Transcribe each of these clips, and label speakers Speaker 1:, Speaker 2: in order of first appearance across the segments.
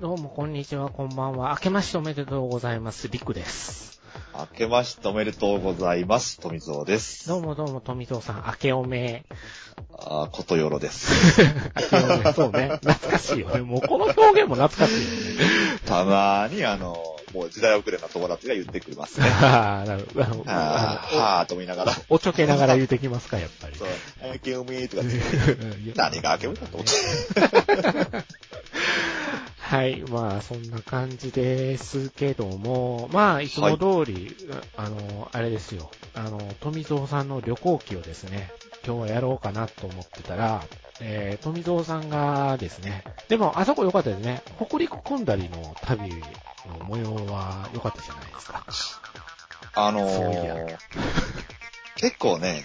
Speaker 1: どうも、こんにちは、こんばんは。明けましておめでとうございます。ビックです。
Speaker 2: 明けましておめでとうございます。富蔵です。
Speaker 1: どうもどうも、富蔵さん、明けお め。
Speaker 2: あーことよろです。
Speaker 1: 明けおめ。そうね。懐かしいよね。もうこの表現も懐かしいよね。
Speaker 2: たまに、あの、もう時代遅れな友達が言ってくれます ね。
Speaker 1: ああ、なるほど。あの
Speaker 2: は
Speaker 1: あ
Speaker 2: ぁ、はぁと思いながら、
Speaker 1: のおちょけながら言うてきますか、やっぱり。
Speaker 2: そう、明けおめとか、
Speaker 1: いや
Speaker 2: 何が明けおめだと思って。
Speaker 1: はい、まあ、そんな感じですけども、まあ、いつも通り、あの、あれですよ、あの、富蔵さんの旅行記をですね、今日はやろうかなと思ってたら、えー、富蔵さんがですね、でも、あそこ良かったですね、北陸こんだりの旅の模様は良かったじゃないですか。
Speaker 2: あの
Speaker 1: そういや
Speaker 2: ー、結構ね、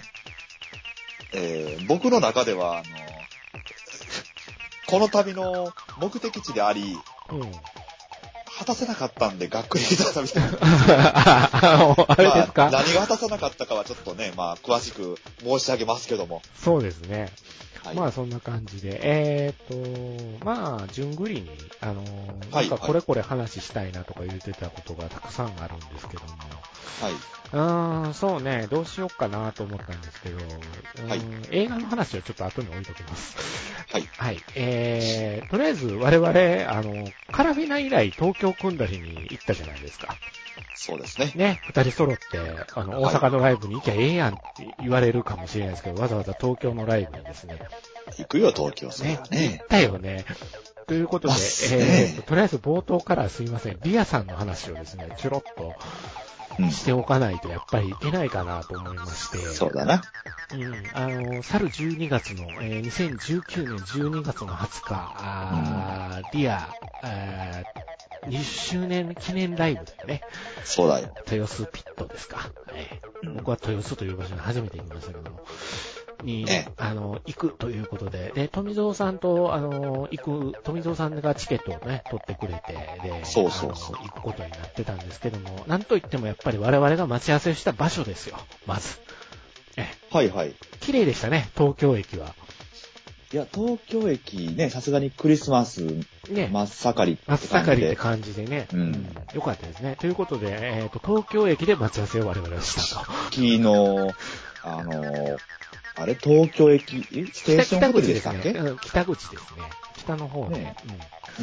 Speaker 2: えー僕の中では、あのー、この旅の目的地であり、
Speaker 1: うん。
Speaker 2: 果たせなかったんで、がっくりいただみたいな。
Speaker 1: ああの、あれですか、
Speaker 2: まあ、何が果たさなかったかはちょっとね、まあ、詳しく申し上げますけども。
Speaker 1: そうですね。
Speaker 2: はい。
Speaker 1: まあそんな感じで、えー、っと、まあ、順繰りに、あのー、
Speaker 2: は
Speaker 1: なん
Speaker 2: い
Speaker 1: かこれこれ話したいなとか言ってたことがたくさんあるんですけども、
Speaker 2: はい。
Speaker 1: うーん、そうね、どうしようかなと思ったんですけど、うーん
Speaker 2: はい
Speaker 1: 映画の話はちょっと後に置いときます。
Speaker 2: はい。
Speaker 1: はい、えー、とりあえず我々、あの、カラフィナ以来東京組んだ日に行ったじゃないですか。
Speaker 2: そうですね。
Speaker 1: ね、二人揃って、あの、大阪のライブに行きゃええやんって言われるかもしれないですけど、わざわざ東京のライブにですね、
Speaker 2: 行くよ、東京それはね。
Speaker 1: だよね。ということで、
Speaker 2: まあ
Speaker 1: えーとりあえず冒頭からすいません、リアさんの話をですね、ちょろっと
Speaker 2: うん。
Speaker 1: しておかないとやっぱりいけないかなと思いまして、
Speaker 2: そうだな。
Speaker 1: うん、あの、去る12月の、えー2019年12月の20日、あーリア、えー20周年記念ライブだよね。
Speaker 2: そうだよ。
Speaker 1: 豊洲ピットですか。ええ僕は豊洲という場所に初めて行きましたけども、に、
Speaker 2: ええ
Speaker 1: あの、行くということで、で、富蔵さんと、あの、行く、富蔵さんがチケットをね、取ってくれて、で、
Speaker 2: そうそうそう
Speaker 1: あの行くことになってたんですけども、なんといってもやっぱり我々が待ち合わせした場所ですよ、まず。ええ
Speaker 2: はいはい。
Speaker 1: 綺麗でしたね、東京駅は。
Speaker 2: いや、東京駅ね、さすがにクリスマス
Speaker 1: ね、
Speaker 2: 真っ盛りって
Speaker 1: 真
Speaker 2: 感
Speaker 1: っ盛
Speaker 2: じで。
Speaker 1: りって感じでね。
Speaker 2: うん
Speaker 1: よかったですね。ということで、えっ、と、東京駅で待ち合わせを我々はしたと。
Speaker 2: 昨日、あのーあれ、東京駅、えステーションホテルでしたっ
Speaker 1: 北
Speaker 2: け、
Speaker 1: 口ですねうん北口ですね。北の方ね。
Speaker 2: ね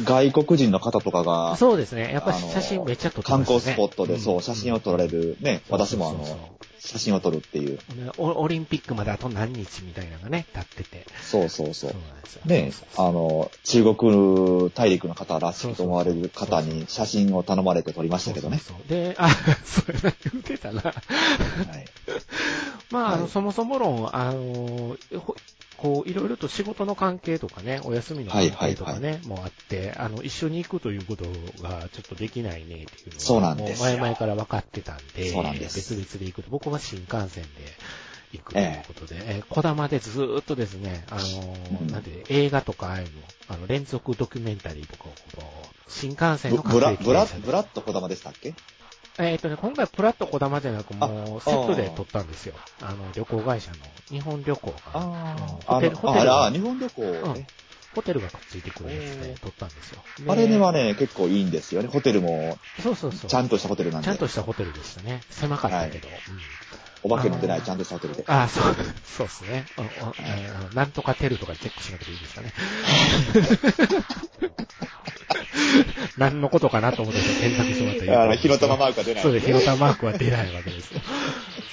Speaker 2: 外国人の方とか
Speaker 1: うん
Speaker 2: が、
Speaker 1: そうですね。やっぱ写真めっちゃ撮って
Speaker 2: 観
Speaker 1: ま
Speaker 2: 光
Speaker 1: す
Speaker 2: ス
Speaker 1: ね。
Speaker 2: ポットで、そう、写真を撮られ
Speaker 1: る。
Speaker 2: る、ね、私もあ
Speaker 1: そうそう
Speaker 2: の、写真を撮るっていう。
Speaker 1: そうねオオリンピックまであと何日みたいなのがね、立ってて。
Speaker 2: そうそうそう。
Speaker 1: なんですよ
Speaker 2: ね
Speaker 1: そう、そう
Speaker 2: あの、中国大陸の方らし
Speaker 1: そう
Speaker 2: い
Speaker 1: そ
Speaker 2: と
Speaker 1: う
Speaker 2: 思われる方に写真を頼まれて撮りましたけどね。
Speaker 1: そうそうそうで、あ、 それだけ言ってたな。
Speaker 2: はい
Speaker 1: まあ、あの、
Speaker 2: はい
Speaker 1: そもそも論、あの、ほこう、いろいろと仕事の関係とかね、お休みの関係とかね、もあって、あの、一緒に行くということがちょっとできないね、っていうのは
Speaker 2: そうなんですよ
Speaker 1: もう前々から分かってたんで、
Speaker 2: そうなんです
Speaker 1: 別々で行くと、僕は新幹線で行くという
Speaker 2: ええ
Speaker 1: ことで、えー小玉でずーっとですね、あの、
Speaker 2: うん
Speaker 1: なんで、映画とかああいうの、あの、連続ドキュメンタリーとかをこう、新幹線
Speaker 2: ぶ
Speaker 1: の
Speaker 2: ぶら、ぶら、
Speaker 1: 車で
Speaker 2: ぶらっとこだまでしたっけ
Speaker 1: えっ、とね、今回プラットこだまじゃなく、もうセットで撮ったんですよ。あの、旅行会社の、日本旅行が、
Speaker 2: あ
Speaker 1: ホテル
Speaker 2: の
Speaker 1: ホテル
Speaker 2: あれ、あ、日本旅行ね、
Speaker 1: うんホテルがくっついてくるやつで撮ったんですよ。
Speaker 2: あれには
Speaker 1: ね、
Speaker 2: ね、結構いいんですよね。ホテルも、
Speaker 1: そうそうそう。
Speaker 2: ちゃんとしたホテルなん
Speaker 1: ちゃん
Speaker 2: で
Speaker 1: と。したホテルでしたね。狭かったけど。うん
Speaker 2: お化けの出な
Speaker 1: あ
Speaker 2: い
Speaker 1: ー
Speaker 2: ちゃんとしたホテルで。
Speaker 1: ああ、そう、そうですね。おおえーなんとかテルとかチェックしなくていいです かね。 何のことかなと思って検索してもらったら
Speaker 2: あの、
Speaker 1: いいと
Speaker 2: 火
Speaker 1: 思
Speaker 2: の
Speaker 1: います
Speaker 2: 玉マークが出ない。
Speaker 1: そうです、ヒロタマークは出ないわけ ですよ。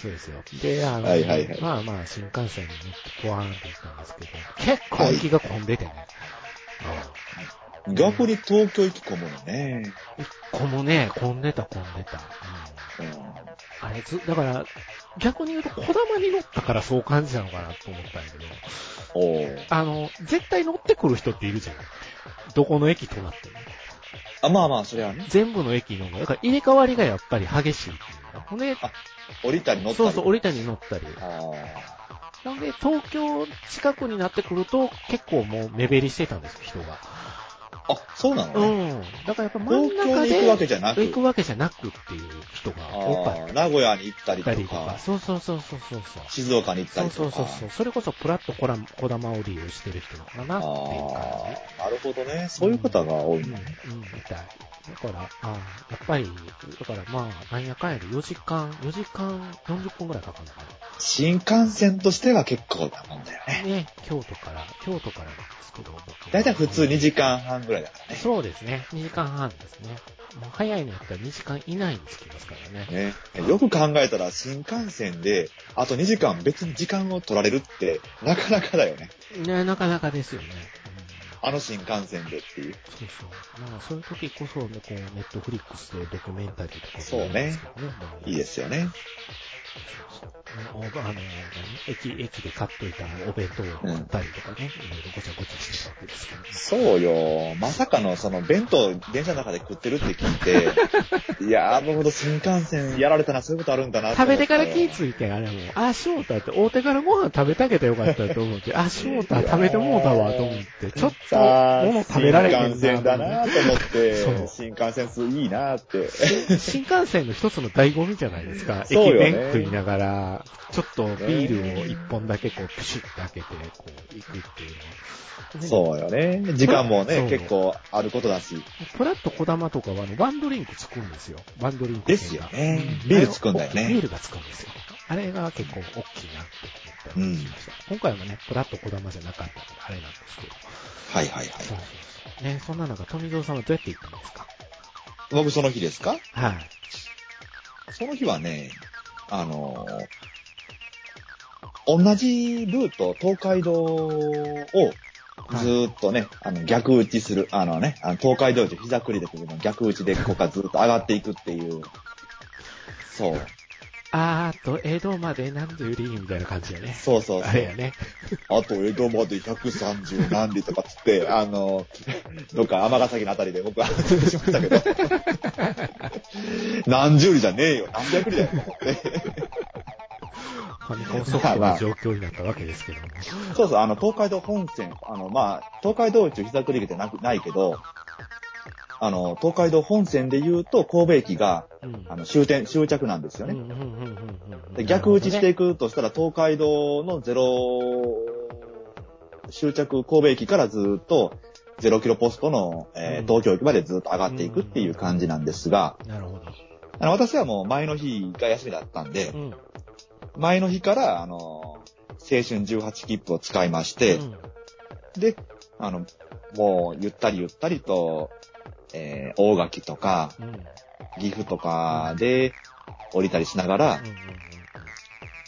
Speaker 1: そうですよ。で、あの、
Speaker 2: はいはいはい
Speaker 1: まあまあ、新幹線に乗って、ポワーンと行ったんですけど、結構駅が混んでてね。
Speaker 2: 逆に東京行き込むのね。
Speaker 1: こ、こもね、混んでた、混んでた。
Speaker 2: う
Speaker 1: う
Speaker 2: ん
Speaker 1: ん、あれず、だから、逆に言うと、小玉に乗ったからそう感じたのかなと思ったんやけど、
Speaker 2: おー
Speaker 1: あの、絶対乗ってくる人っているじゃん。どこの駅止まっても。
Speaker 2: あ、まあまあ、それはね。
Speaker 1: 全部の駅の、だから入れ替わりがやっぱり激しいっていう骨、
Speaker 2: 降りたり乗ったり。
Speaker 1: そうそう、降りたに乗ったり。
Speaker 2: あ
Speaker 1: なので、東京近くになってくると、結構もう目減りしてたんですよ、人が。
Speaker 2: ーあ、そうな
Speaker 1: う
Speaker 2: のね。
Speaker 1: ん。だからやっぱ真ん
Speaker 2: 東京
Speaker 1: 中
Speaker 2: に
Speaker 1: で
Speaker 2: 行くわけじゃなく。
Speaker 1: 行くわけじゃなくっていう人が多かっ
Speaker 2: あー名古屋に行ったり
Speaker 1: た
Speaker 2: と
Speaker 1: りと
Speaker 2: か
Speaker 1: か。、そうそうそうそうそうそう。
Speaker 2: 静岡に行っ
Speaker 1: そ
Speaker 2: たり
Speaker 1: うそ
Speaker 2: と
Speaker 1: う
Speaker 2: か。
Speaker 1: そうそう。それこそプラッとこらこだまを利用してる人なのかな
Speaker 2: あ
Speaker 1: っていう感じ。
Speaker 2: あ、なるほどね。そういう方が多い
Speaker 1: うん、
Speaker 2: ね。
Speaker 1: うん、みたい。だから、ああやっぱり、だからまあ、なんやかんやで4時間、4時間40分くらいかかるのか
Speaker 2: 新幹線としては結構なもんだよね。
Speaker 1: な。ね、京都から、京都からなんですけど、僕
Speaker 2: だいたい普通2時。間半ぐらいだからね。
Speaker 1: そうですね、2時間半ですね。もう早いのやったら2時間以内に着きますからね。
Speaker 2: ね、よく考えたら新幹線で、あと2時間別に時間を取られるって、なかなかだよね。
Speaker 1: ね、なかなかですよね。
Speaker 2: あの新幹線でって
Speaker 1: う
Speaker 2: いう。
Speaker 1: ん、そうそう。まあ、そういう時こそ、ね、こう、ネットフリックスでドキュメンタリーとか、
Speaker 2: そうね。いいですすよね。
Speaker 1: おばあの、何駅、駅で買っといたお弁当を買ったりとかね、いろいろごちゃごちゃしてたわけですけど。
Speaker 2: そうよ。まさかのその弁当、電車の中で食ってるって 聞いて、いやー、なるほど、新幹線やられたな、そういうことあるんだなと
Speaker 1: 食
Speaker 2: 思
Speaker 1: べ
Speaker 2: って
Speaker 1: から気ついて、あれも、あ、翔太って、大手からご飯食べてあげてよかったと思って、あ、翔太食べてもうたわと思って、ちょっと、
Speaker 2: さあ、
Speaker 1: 物食べられへんな
Speaker 2: 新幹線だなと思っ
Speaker 1: そう
Speaker 2: て、新幹線すいいなって。
Speaker 1: 新幹線の一つの醍醐味じゃないですか。
Speaker 2: そ
Speaker 1: 駅
Speaker 2: うよね
Speaker 1: 弁食いながら、ちょっとビールを一本だけこう、プシュッて開けて、こう、行くっていうの。ね
Speaker 2: そうよね。時間も
Speaker 1: そう
Speaker 2: ね、結構あることだし。
Speaker 1: プラッと小玉とかはあのワンドリンクつくんですよ。ワンドリンク
Speaker 2: ですよね
Speaker 1: うん
Speaker 2: ビールつくんだよ
Speaker 1: あれ大
Speaker 2: ね
Speaker 1: きいビールがつくんですよ。あれが結構大きいなって思ったりしました。今回はね、プラッと小玉じゃなかったからあれなんですけど。
Speaker 2: はいはいは
Speaker 1: そうそう
Speaker 2: い。
Speaker 1: そう。ね、そんな中、富蔵さんはどうやって行ったんですか
Speaker 2: 僕その日ですか
Speaker 1: はい。
Speaker 2: その日はね、あのー同じルート、東海道をずーっとね、あの逆打ちする、あのね、あの東海道って膝くりでこう逆打ちでここからずーっと上がっていくっていう、そう、
Speaker 1: あーと、江戸まで何十里みたいな感じだね。
Speaker 2: そうそう
Speaker 1: あ
Speaker 2: そ
Speaker 1: れ
Speaker 2: う
Speaker 1: や、ね。
Speaker 2: あと江戸まで130何里とかっつって、あの、どっか天ヶ崎のあたりで僕は話しましたけど、何十里じゃねえよ、何百里だよ、 と思って。
Speaker 1: ファミコンソフトの状況になったわけですけども。
Speaker 2: そうそう、あの、東海道本線、あの、まあ、東海道一応膝くりじゃなく、ないけど、あの、東海道本線で言うと、神戸駅が、
Speaker 1: うん。
Speaker 2: あの、終点、終着なんですよ
Speaker 1: う
Speaker 2: ね。
Speaker 1: んうんうんうんうん
Speaker 2: で逆打ちしていくとしたら、東海道のゼロ、終着神戸駅からずっと、ゼロキロポストの、えー
Speaker 1: うん
Speaker 2: 東京駅までずっと上がっていくっていう感じなんですが、
Speaker 1: なるほど。
Speaker 2: あの、私はもう前の日が休みだったんで
Speaker 1: う、ん。
Speaker 2: 前の日から、あの、青春18切符を使いまして、
Speaker 1: うん
Speaker 2: で、あの、もう、ゆったりゆったりと、えー、大垣とか、
Speaker 1: うん。うんうん
Speaker 2: 岐阜とかで降りたりしながら、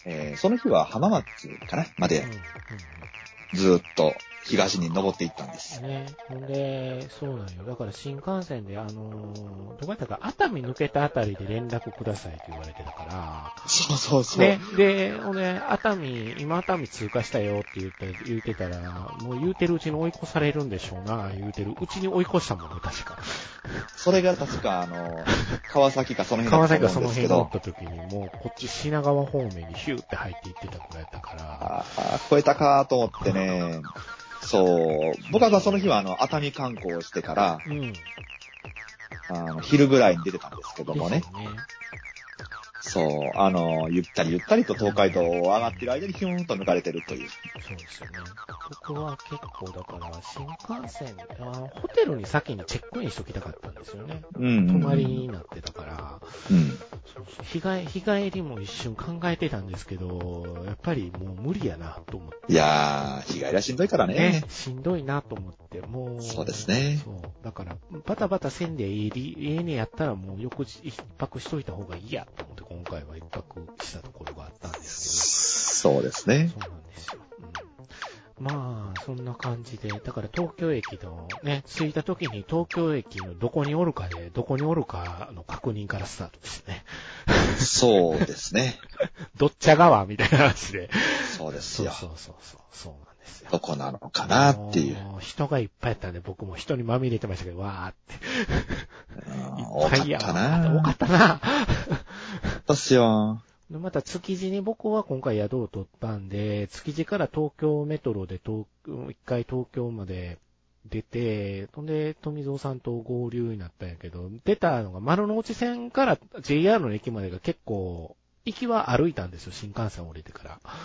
Speaker 2: えー、その日は浜松かなま
Speaker 1: うん
Speaker 2: で、ずーっと東に登っていったんです。
Speaker 1: ね。ほんで、そうなんよ。だから新幹線で、あのー、どこやったか、熱海抜けたあたりで連絡くださいって言われてたか
Speaker 2: そうそうそ
Speaker 1: ら、ね。で、ほんで、熱海、今熱海通過したよって言って、言うてたら、もう言うてるうちに追い越されるんでしょうな、言うてるうちに追い越したもんね、確か。
Speaker 2: それが確か、あの、川崎かその辺
Speaker 1: 川
Speaker 2: だ
Speaker 1: 崎が
Speaker 2: っ
Speaker 1: そ
Speaker 2: たと思う
Speaker 1: の
Speaker 2: んですけ
Speaker 1: 辺乗っ
Speaker 2: ど、
Speaker 1: た時に、もうこっち品川方面にヒューって入っていってたくらいだったから、
Speaker 2: ああ、超えたかと思ってね、そう、僕はその日はあの、熱海観光をしてから、
Speaker 1: うん。
Speaker 2: あの昼ぐらいに出てたんですけどもね
Speaker 1: で、すよね
Speaker 2: そう、あの、ゆったりゆったりと東海道を上がってる間にヒューンと抜かれてるという。
Speaker 1: そうですよね。僕は結構だから、新幹線、あのホテルに先にチェックインしときたかったんですよね。
Speaker 2: うん
Speaker 1: 泊まりになってたから、
Speaker 2: うん。
Speaker 1: そうそう日帰日帰りも一瞬考えてたんですけど、やっぱりもう無理やなと思って。
Speaker 2: いやー、日帰りはしんどいからね。
Speaker 1: しんどいなと思って、もう。
Speaker 2: そうですね
Speaker 1: そう。だから、バタバタせんでいいり、ええねやったらもう翌日一泊しといた方がいいやと思って、今回は一泊したところがあったんですけど。
Speaker 2: そうですね。
Speaker 1: そうなんですよ。うん、まあ、そんな感じで、だから東京駅のね、着いた時に東京駅のどこにおるかで、どこにおるかの確認からスタートですね。
Speaker 2: そうですね。
Speaker 1: どっちゃがわみたいな話で。
Speaker 2: そうです
Speaker 1: そう
Speaker 2: よ。
Speaker 1: そうそうそう、そうなんですよ。
Speaker 2: どこなのかなっていう。
Speaker 1: もう人がいっぱいやったんで、僕も人にまみれてましたけど、わーって。
Speaker 2: うん
Speaker 1: い
Speaker 2: 多
Speaker 1: っ
Speaker 2: か
Speaker 1: ぱ
Speaker 2: っ
Speaker 1: いやわ
Speaker 2: た
Speaker 1: ーって多か
Speaker 2: な
Speaker 1: ったな。
Speaker 2: ったっすよ。
Speaker 1: で また築地に僕は今回宿を取ったんで、築地から東京メトロで東、一回東京まで出て、ほんで富蔵さんと合流になったんやけど、出たのが丸の内線から JR の駅までが結構、行きは歩いたんですよ、新幹線降りてから。
Speaker 2: はい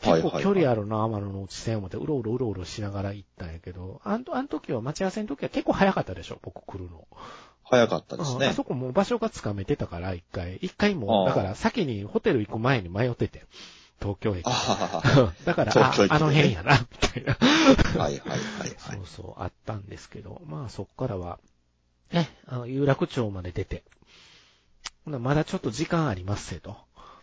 Speaker 1: 結
Speaker 2: はいは
Speaker 1: 構
Speaker 2: い
Speaker 1: 距離あるな、丸の内線までうろうろうろうろしながら行ったんやけど、あんとあの時は待ち合わせの時は結構早かったでしょ、僕来るの。
Speaker 2: 早かったで
Speaker 1: う
Speaker 2: す
Speaker 1: んあ
Speaker 2: ね。
Speaker 1: そこもう場所がつかめてたから、一回。一回も、
Speaker 2: あ
Speaker 1: だ
Speaker 2: あ
Speaker 1: から先にホテル行く前に迷ってて。東京駅
Speaker 2: あ。はは
Speaker 1: だから、あ
Speaker 2: 東京駅
Speaker 1: あの辺やな、みたいな。
Speaker 2: は。はいはいはいは
Speaker 1: そ。
Speaker 2: いう
Speaker 1: そう、あったんですけど、まあそっからは、ね、あの、有楽町まで出て、ほなまだちょっと時間ありますせと。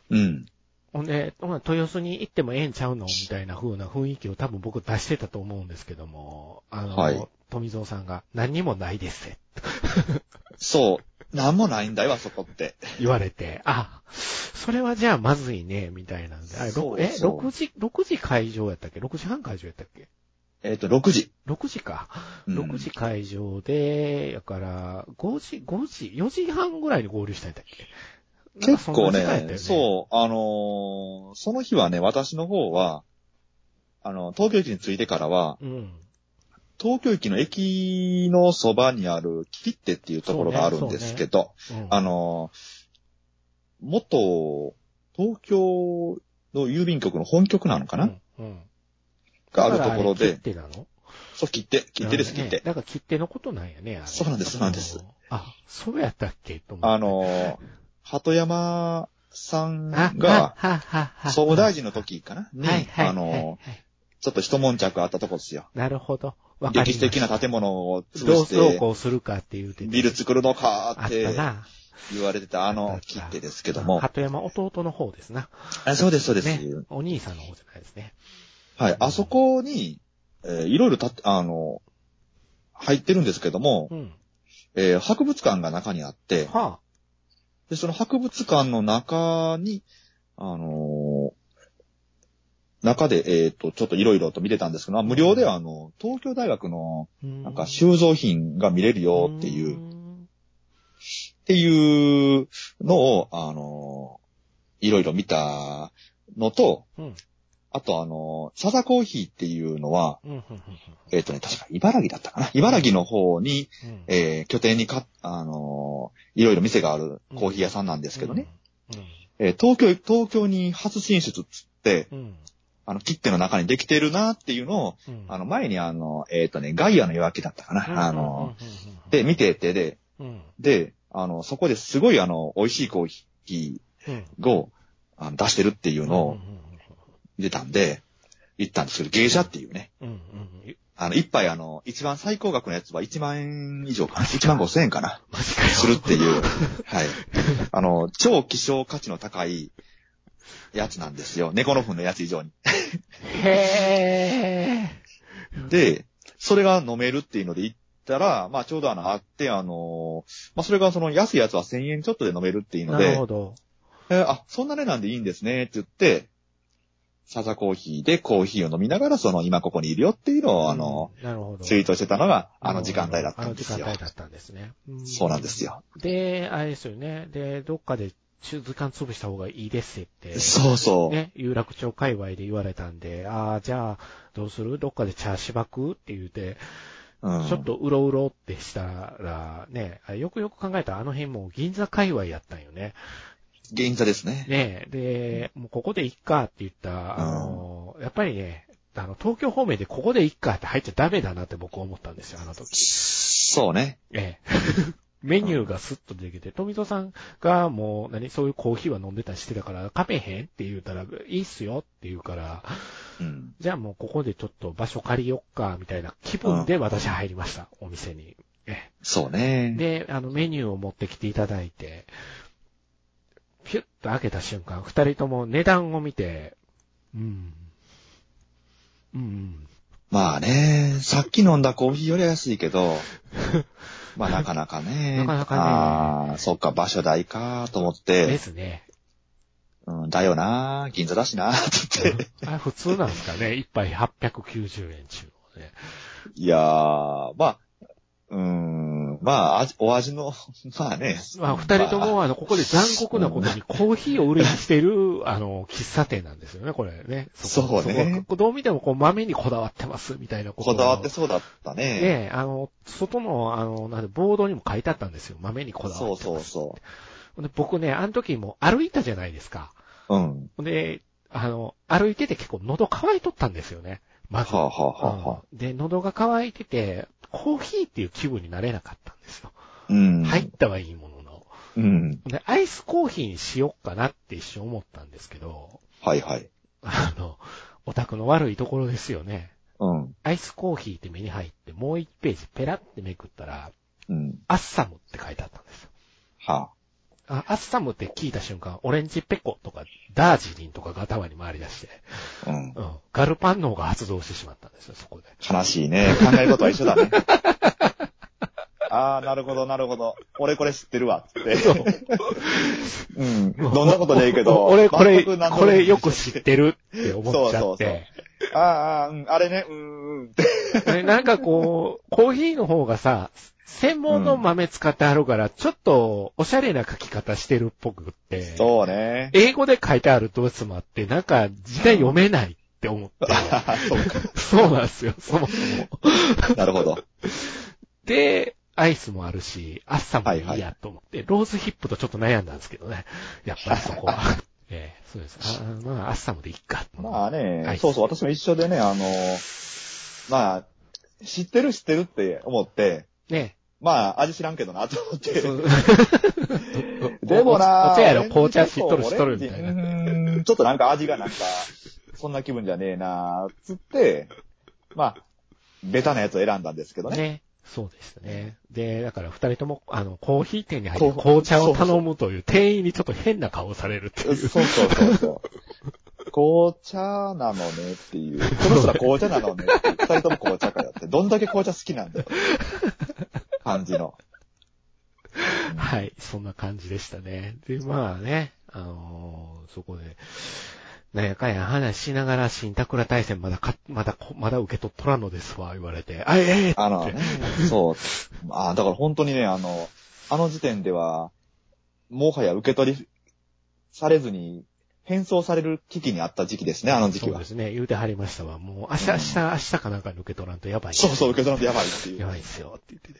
Speaker 2: うん。
Speaker 1: ほんで、ほな豊洲に行ってもええんちゃうのみたいな風な雰囲気を多分僕出してたと思うんですけども、あの、
Speaker 2: はい
Speaker 1: 富蔵さんが何にもないですって
Speaker 2: そう。なんもないんだよ、あそこって。
Speaker 1: 言われて、あ、それはじゃあまずいね、みたいなんで。あれろくえ、
Speaker 2: そうそう
Speaker 1: 6時、6時会場やったっけ ?6 時半会場やったっけ
Speaker 2: えっ、と、6時。
Speaker 1: 6時か。
Speaker 2: うん
Speaker 1: 6時会場で、やから、5時、5時、4時半ぐらいに合流したんだっけ
Speaker 2: 結
Speaker 1: な
Speaker 2: 構
Speaker 1: んかそんな時間やったよ
Speaker 2: ね、
Speaker 1: ね
Speaker 2: そう、あのーその日はね、私の方は、あの、東京駅に着いてからは、
Speaker 1: うん。
Speaker 2: 東京駅の駅のそばにある切手っていうところがあるんですけど、
Speaker 1: うん、
Speaker 2: あのー元、東京の郵便局の本局なのかな、
Speaker 1: うん、うん。
Speaker 2: があるところ
Speaker 1: だからあ
Speaker 2: で、
Speaker 1: れ切手なの
Speaker 2: そう、切手、切手です、
Speaker 1: な
Speaker 2: 切
Speaker 1: んかね
Speaker 2: 手。
Speaker 1: だから切手のことなんやね、あれ
Speaker 2: そうなんですそうなんです。
Speaker 1: あ、そうやったっけと思って
Speaker 2: あ、のー鳩山さん
Speaker 1: あは
Speaker 2: が、、
Speaker 1: はは
Speaker 2: 総務大臣の時かなに、
Speaker 1: はいはいは
Speaker 2: あ
Speaker 1: いは
Speaker 2: のー
Speaker 1: い
Speaker 2: ちょっと一悶着あったとこですよ。
Speaker 1: なるほど。わかりまし
Speaker 2: 歴史
Speaker 1: た
Speaker 2: 的な建物を潰
Speaker 1: どう、
Speaker 2: し
Speaker 1: どう
Speaker 2: て、
Speaker 1: こうするかって言うてて
Speaker 2: ビル作るのか
Speaker 1: あ
Speaker 2: っ
Speaker 1: ってたな。
Speaker 2: 言われてたあの切手ですけども。
Speaker 1: 鳩山弟の方ですな。
Speaker 2: あそうです、そうです、
Speaker 1: ね。お兄さんの方じゃないですね。
Speaker 2: はい。あそこに、えーいろいろたって、あの、入ってるんですけども、
Speaker 1: うん。
Speaker 2: えー博物館が中にあって、
Speaker 1: は
Speaker 2: で、その博物館の中に、あのー中で、えっ、と、ちょっといろいろと見れたんですけど、まあ無料であの、東京大学の、
Speaker 1: あ。
Speaker 2: な
Speaker 1: なん
Speaker 2: か収蔵品が見れるよっていう
Speaker 1: う。
Speaker 2: っていうのを、あの、いろいろ見たのと、
Speaker 1: うん
Speaker 2: あとあの、サザコーヒーっていうのは、
Speaker 1: うん、うん、うん
Speaker 2: えっ、とね、確か茨城だったかな。茨城の方に、
Speaker 1: うん。で
Speaker 2: えー拠点にか、あの、いろいろ店があるコーヒー屋さんなんですけどね。。えー東京、東京に初進出っつって、
Speaker 1: うん。うん。
Speaker 2: あの、切手の中にできてるなっていうのを、
Speaker 1: うん
Speaker 2: あの、前にあの、えっ、とね、ガイアの夜明けだったかな。あの、、で、見ててで、
Speaker 1: うん、うん、
Speaker 2: で、あの、そこですごいあの、美味しいコーヒー、
Speaker 1: うん。
Speaker 2: をあの出してるっていうのを出たんで、行ったんですけど、芸者っていうね。
Speaker 1: うん、うんうん。
Speaker 2: あの、一杯あの、一番最高額のやつは1万円以上かな ?1 万5千円かな
Speaker 1: マジかよ。
Speaker 2: するって いう。はい。あの、超希少価値の高いやつなんですよ。猫の糞のやつ以上に。
Speaker 1: へ
Speaker 2: で、それが飲めるっていうので行ったら、まあちょうどあの、あって、あの、まあそれがその安いやつは1000円ちょっとで飲めるってい
Speaker 1: ー。
Speaker 2: うの
Speaker 1: な
Speaker 2: で、
Speaker 1: るほど。
Speaker 2: えーあ、そんな値段でいいんですね、って言って、サザコーヒーでコーヒーを飲みながら、その今ここにいるよっていうのを、あの、
Speaker 1: うん、なるほど。
Speaker 2: ツイートしてたのが、あの時間帯だったんです
Speaker 1: あの時
Speaker 2: よ
Speaker 1: 間。帯だったんですね。
Speaker 2: そうなんですよ。
Speaker 1: で、あれですよね。で、どっかで中図鑑潰した方がいいですって。
Speaker 2: そうそう。
Speaker 1: ね、有楽町界隈で言われたんで、ああ、じゃあ、どうするどっかで茶しばくって言うて、
Speaker 2: うん
Speaker 1: ちょっとうろうろってしたら、ね、あよくよく考えたらあの辺もう銀座界隈やったんよね。
Speaker 2: 銀座ですね。
Speaker 1: ね、で、もうここでいっかって言った、あの、やっぱりね、あの、東京方面でここでいっかって入っちゃダメだなって僕思ったんですよ、あの時。
Speaker 2: そうね。
Speaker 1: え え。メニューがスッとできて、富蔵さんがもう、何、そういうコーヒーは飲んでたりしてたから、カフェへんって言うたら、いいっすよって言うから、
Speaker 2: うん。
Speaker 1: じゃあもうここでちょっと場所借りよっか、みたいな気分で私入りました、お店に。え
Speaker 2: そうね。
Speaker 1: で、あのメニューを持ってきていただいて、ピュッと開けた瞬間、二人とも値段を見て、うん。うん。
Speaker 2: まあね、さっき飲んだコーヒーより安い けど、まあなかなかね。
Speaker 1: なかなかね
Speaker 2: ああ、そっか、場所代かと思っ
Speaker 1: で
Speaker 2: て、
Speaker 1: すね。
Speaker 2: うん、だよな、銀座だ しな、って言って。
Speaker 1: あ普通なんですかね。一杯890円中。ね、
Speaker 2: いやー、まあ、うーん、まあ、味お味の、 まあね。
Speaker 1: まあ、二人とも、あの、ここで残酷なことにコーヒーを売りにしている、あの、喫茶店なんですよね、これね。こ
Speaker 2: そうね
Speaker 1: そこどう見ても、こう、豆にこだわってます、みたいなこと
Speaker 2: こ
Speaker 1: を
Speaker 2: だわってそうだったね。
Speaker 1: で、あの、外の、あの、なんで、ボードにも書いてあったんですよ。豆にこだ
Speaker 2: そ
Speaker 1: わ
Speaker 2: う
Speaker 1: って
Speaker 2: そう
Speaker 1: ます。
Speaker 2: そ
Speaker 1: で僕ね、あの時も歩いたじゃないですか。
Speaker 2: う。うん。
Speaker 1: で、あの、歩いてて結構喉乾いとったんですよね。ま
Speaker 2: は
Speaker 1: ず。
Speaker 2: あ、はあはあは
Speaker 1: うんで、喉が乾いてて、コーヒーっていう気分になれなかったんですよ。
Speaker 2: あ、うん。
Speaker 1: 入っ。たはいいものの。
Speaker 2: うん。
Speaker 1: で、アイスコーヒーにしよっかなって一瞬思ったんですけど、
Speaker 2: はいはい。
Speaker 1: あの、オタクの悪いところですよね。
Speaker 2: うん。
Speaker 1: アイスコーヒーって目に入って、もう一ページペラってめくったら、
Speaker 2: うん。
Speaker 1: アッサムって書いてあったんですよ。
Speaker 2: は
Speaker 1: あアッサムって聞いた瞬間、オレンジペコとか、ダージリンとかが頭に回り出して、
Speaker 2: あ。うん。
Speaker 1: うん、ガルパン脳が発動してしまったんですよ、そ こで。
Speaker 2: 悲しいね。考えることは一緒だ ね。ああ、なるほど、なるほど。俺これ知ってるわ、つって。うん。どんなことでいいけど。
Speaker 1: 俺、これ、
Speaker 2: 全く何とも
Speaker 1: これよく知ってるって思っちゃ
Speaker 2: そう
Speaker 1: っ
Speaker 2: そう
Speaker 1: て。
Speaker 2: ああああ、うん、あれね、うーん、うんって。
Speaker 1: ねなんかこう、コーヒーの方がさ、専門の豆使ってあるから、ちょっとおしゃれな書き方してるっぽくって、
Speaker 2: そうね。
Speaker 1: 英語で書いてあるドイツもあって、なんか時代読めないって思って、
Speaker 2: あそうか。
Speaker 1: そうなんですよ、そもそも。
Speaker 2: なるほど。
Speaker 1: で、アイスもあるし、アッサムも
Speaker 2: はいい
Speaker 1: いやと思って、ローズヒップとちょっと悩んだんですけどね。やっぱりそ こは。ええそうです。あまあ、アッサムでいいか。
Speaker 2: まあね、
Speaker 1: はい
Speaker 2: そうそう、私も一緒でね、あの、まあ、知ってる知ってるって思って、
Speaker 1: ね。
Speaker 2: まあ、味知らんけどな、と思って。
Speaker 1: そう
Speaker 2: でもな
Speaker 1: お茶やろ、紅茶知っとる知っとるみたいな。
Speaker 2: な。ちょっとなんか味がなんか、そんな気分じゃねえな、つって、まあ、ベタなやつを選んだんですけどね。
Speaker 1: ね。そうですね。で、だから二人とも、あの、コーヒー店に入って
Speaker 2: こう
Speaker 1: 紅茶を頼むという店員にちょっと変な顔をされるって
Speaker 2: そう
Speaker 1: いう。
Speaker 2: そうそうそう。紅茶なのねっていう。この人は紅茶なのねっていう。二人とも紅茶かよって。どんだけ紅茶好きなんだよ。感じの。
Speaker 1: はい、そんな感じでしたね。で、まあね、あのーそこで、なんやかんや話しながら、新田倉大戦まだか、まだこ、まだ受け取っとらんのですわ、言われて、あ、ええ
Speaker 2: あのね、そう。まあ、だから本当にね、あの、あの時点では、もはや受け取りされずに、変装される危機にあった時期ですね、あの時期
Speaker 1: そう
Speaker 2: は
Speaker 1: で。すね、言うてはりましたわ。もう、明日、
Speaker 2: うん
Speaker 1: 明日、明日かなんかに受け取らんとやばい。
Speaker 2: そうそう、受け取らんとやばいってい
Speaker 1: や
Speaker 2: う。
Speaker 1: ばいですよ、って言ってて。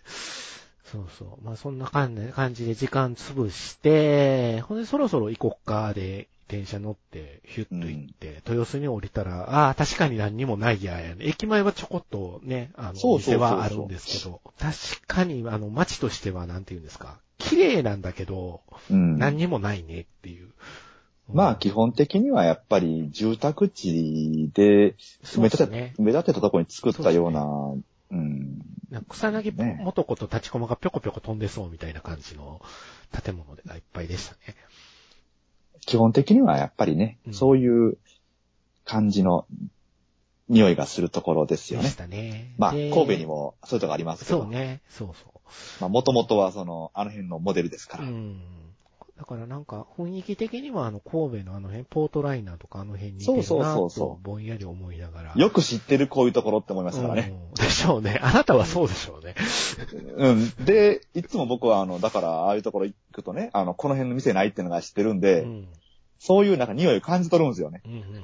Speaker 1: そうそう。まあ、そんな感じ感じで時間潰して、ほんでそろそろ行こっか、で、電車乗って、ヒュッと行って、豊洲に降りたら、ああ、確かに何にもないや、やね駅前はちょこっとね、あの、
Speaker 2: そうそ
Speaker 1: 店
Speaker 2: うそうそう
Speaker 1: はあるんですけど、確かに、あの、街としては、なんて言うんですか、綺麗なんだけど、
Speaker 2: うん。
Speaker 1: 何にもないねっていう。
Speaker 2: まあ、基本的にはやっぱり住宅地で、
Speaker 1: そう
Speaker 2: 目
Speaker 1: です
Speaker 2: 立て、
Speaker 1: ね。
Speaker 2: 目立てたところに作ったような、うん。
Speaker 1: なんか草薙
Speaker 2: ね
Speaker 1: 元子と立ちこまがぴょこぴょこ飛んでそうみたいな感じの建物がいっぱいでしたね。
Speaker 2: 基本的にはやっぱりね、
Speaker 1: うん
Speaker 2: そういう感じの匂いがするところですよ
Speaker 1: で
Speaker 2: ね
Speaker 1: し。たね。
Speaker 2: まあ、
Speaker 1: で
Speaker 2: 神戸に。もそういうとこありますけ
Speaker 1: そ
Speaker 2: ど、
Speaker 1: うね。そうそ
Speaker 2: まあ、もともとはその、あの辺のモデルですか
Speaker 1: う。う
Speaker 2: ら。
Speaker 1: ん。だからなんか、雰囲気的にはあの、神戸のあの辺、ポートライナーとかあの辺に似てるな
Speaker 2: そうそうそう
Speaker 1: と
Speaker 2: そ
Speaker 1: ぼんやり思いながら。
Speaker 2: よく知ってるこういうところって思いますからね。
Speaker 1: うんでしょうね。 あなたはそうでしょうね。
Speaker 2: うん。で、いつも僕はあの、だから、ああいうところ行くとね、あの、この辺の店ないっていうのが知ってるん
Speaker 1: う
Speaker 2: で、
Speaker 1: ん。
Speaker 2: そういうなんか匂いを感じ取るんですよね。
Speaker 1: うんうんうんうん。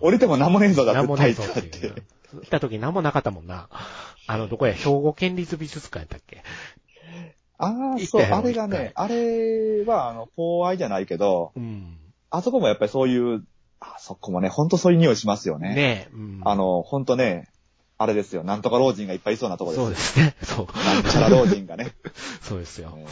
Speaker 2: 降りても何もねえぞだ
Speaker 1: な
Speaker 2: っ
Speaker 1: ん
Speaker 2: て
Speaker 1: も
Speaker 2: 書
Speaker 1: ないいぞ
Speaker 2: てあ
Speaker 1: っ
Speaker 2: って
Speaker 1: いう
Speaker 2: て。
Speaker 1: な。来た時何もなかったもんな。あの、どこや、兵庫県立美術館やったっけ
Speaker 2: ああ、
Speaker 1: 行った
Speaker 2: そう、
Speaker 1: よ
Speaker 2: あれがね、あれはあの、法愛じゃないけど、
Speaker 1: うん。
Speaker 2: あそこもやっぱりそういう、あそこもね、ほんとそういう匂いしますよね。
Speaker 1: ねえ。うん
Speaker 2: あ、の、ほんとね、あれですよ、なんとか老人がいっぱいいそうなとこです。
Speaker 1: そうですね。そう。
Speaker 2: なんちゃら老人 がね。
Speaker 1: そうですよ。
Speaker 2: え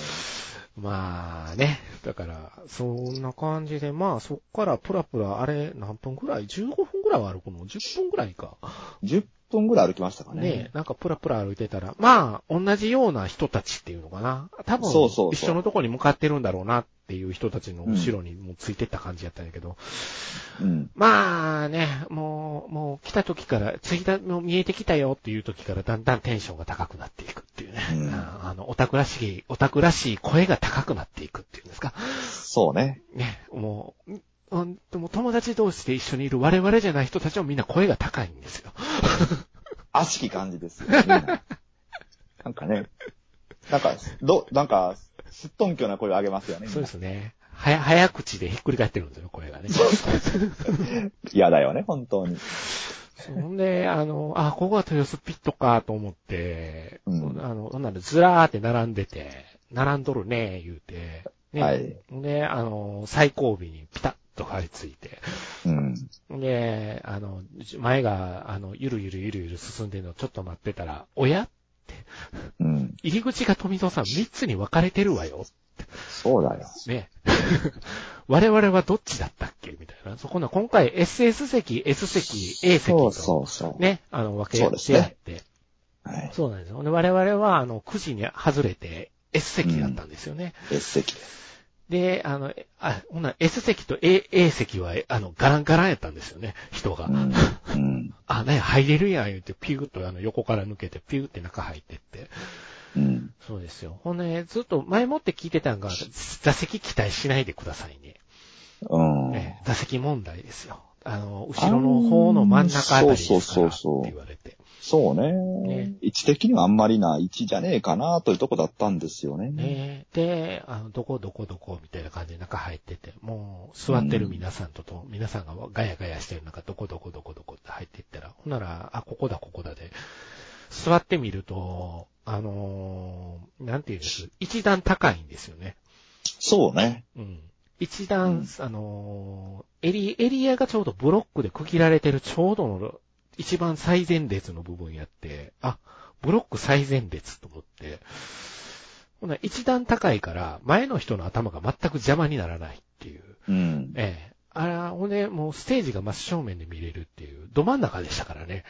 Speaker 1: まあね。だから、そんな感じで、まあそっからプラプラ、あれ、何分ぐらい ?15 分ぐらいは歩くの ?10 分ぐらいか。
Speaker 2: ー10分ぐらい歩きましたかね。
Speaker 1: ねなんかプラプラ歩いてたら、まあ、同じような人たちっていうのかな。多分、
Speaker 2: そうそうそう
Speaker 1: 一緒のとこに向かってるんだろうなっていう人たちの後ろにもうついてった感じやったんやけど。
Speaker 2: うん。
Speaker 1: まあね、もう、もう来た時から、着いた、もう見えてきたよっていう時からだんだんテンションが高くなっていくっていうね。
Speaker 2: うん
Speaker 1: あの、オタクらしい、オタクらしい声が高くなっていくっていうんですか。
Speaker 2: そうね。
Speaker 1: ね、もう、うん、でも友達同士で一緒にいる我々じゃない人たちもみんな声が高いんですよ。
Speaker 2: 悪しき感じですよ、みんななんかね、なんか、ど、なんか、すっとんきょな声を上げますよね。
Speaker 1: そうですね。はや、早口でひっくり返ってるんですよ、声が ね。
Speaker 2: 嫌だよね、本当に。
Speaker 1: そんで、あの、あ、ここが豊洲ピットかと思って、
Speaker 2: うん
Speaker 1: あの、ほんならずらーって並んでて、並んどるね、言うて、ね、
Speaker 2: はい
Speaker 1: で、あの、最後尾にピタッと張り付いて、
Speaker 2: うん。
Speaker 1: で、あの、前が、あの、ゆるゆるゆるゆる進んでるのちょっと待ってたら、おや
Speaker 2: うん。
Speaker 1: 入り口が富蔵さん3つに分かれてるわよ。
Speaker 2: そうだよ。
Speaker 1: ね。 我々はどっちだったっけみたいな。そこの、今回 SS 席、S 席、A 席
Speaker 2: そ
Speaker 1: と、
Speaker 2: うそうそう。
Speaker 1: ね、あの、分け
Speaker 2: そうです
Speaker 1: て
Speaker 2: ね
Speaker 1: あって。
Speaker 2: はい。
Speaker 1: そうなんですよ。で我々は、あの、9時に外れて、S 席だったんですよね。
Speaker 2: S 席です。
Speaker 1: で、あの、えあ、ほんなら S 席と A, A 席は、えあの、ガランガランやったんですよね、人が。
Speaker 2: うん。うん。
Speaker 1: あ、ね、入れるやん、言って、ピューッと、あの、横から抜けて、ピューって中入ってって。
Speaker 2: うん。
Speaker 1: そうですよ。ほんで、ずっと前もって聞いてたんが、座席期待しないでくださいね。
Speaker 2: うん。
Speaker 1: ね座席問題ですよ。あの、後ろの方の真ん中あたりですから
Speaker 2: そうそうそうそう
Speaker 1: って言われて。
Speaker 2: そう
Speaker 1: ね
Speaker 2: ね。位置的にはあんまりな位置じゃねえかなというとこだったんですよね。
Speaker 1: ねで、あの、どこどこどこみたいな感じで中入ってて、もう座ってる皆さんとと、皆さんがガヤガヤしてる中、どこどこどこどこって入っていったら、ほんなら、あ、ここだここだで、座ってみると、あのーなんていうんです、一段高いんですよね。
Speaker 2: そうね。
Speaker 1: うん。一段、
Speaker 2: うん
Speaker 1: あのーエリ、エリアがちょうどブロックで区切られてるちょうどの、一番最前列の部分やって、あ、ブロック最前列と思って、ほな、一段高いから、前の人の頭が全く邪魔にならないっていう。
Speaker 2: うん。
Speaker 1: ええ。あら、ほんで、もうステージが真正面で見れるっていう、ど真ん中でしたからね。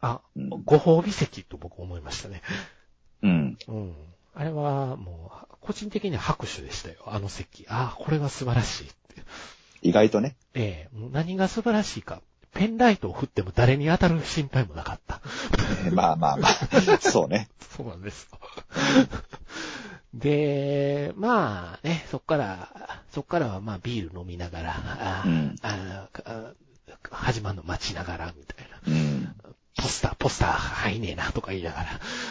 Speaker 1: あ、
Speaker 2: うん
Speaker 1: ご褒美席と僕思いましたね。
Speaker 2: うん。
Speaker 1: うん。あれは、もう、個人的には拍手でしたよ、あの席。ああ、これは素晴らしいって。
Speaker 2: 意外とね。
Speaker 1: ええもう何が素晴らしいか。ペンライトを振っても誰に当たる心配もなかった。
Speaker 2: えーまあまあまあ。そうね。
Speaker 1: そうなんですよ。 で、まあね、そっから、そっからはまあビール飲みながら、あー
Speaker 2: うん
Speaker 1: あーかあ始まるの待ちながら、みたいな。
Speaker 2: うん。
Speaker 1: ポスター、ポスター入んねえな、とか言いながら。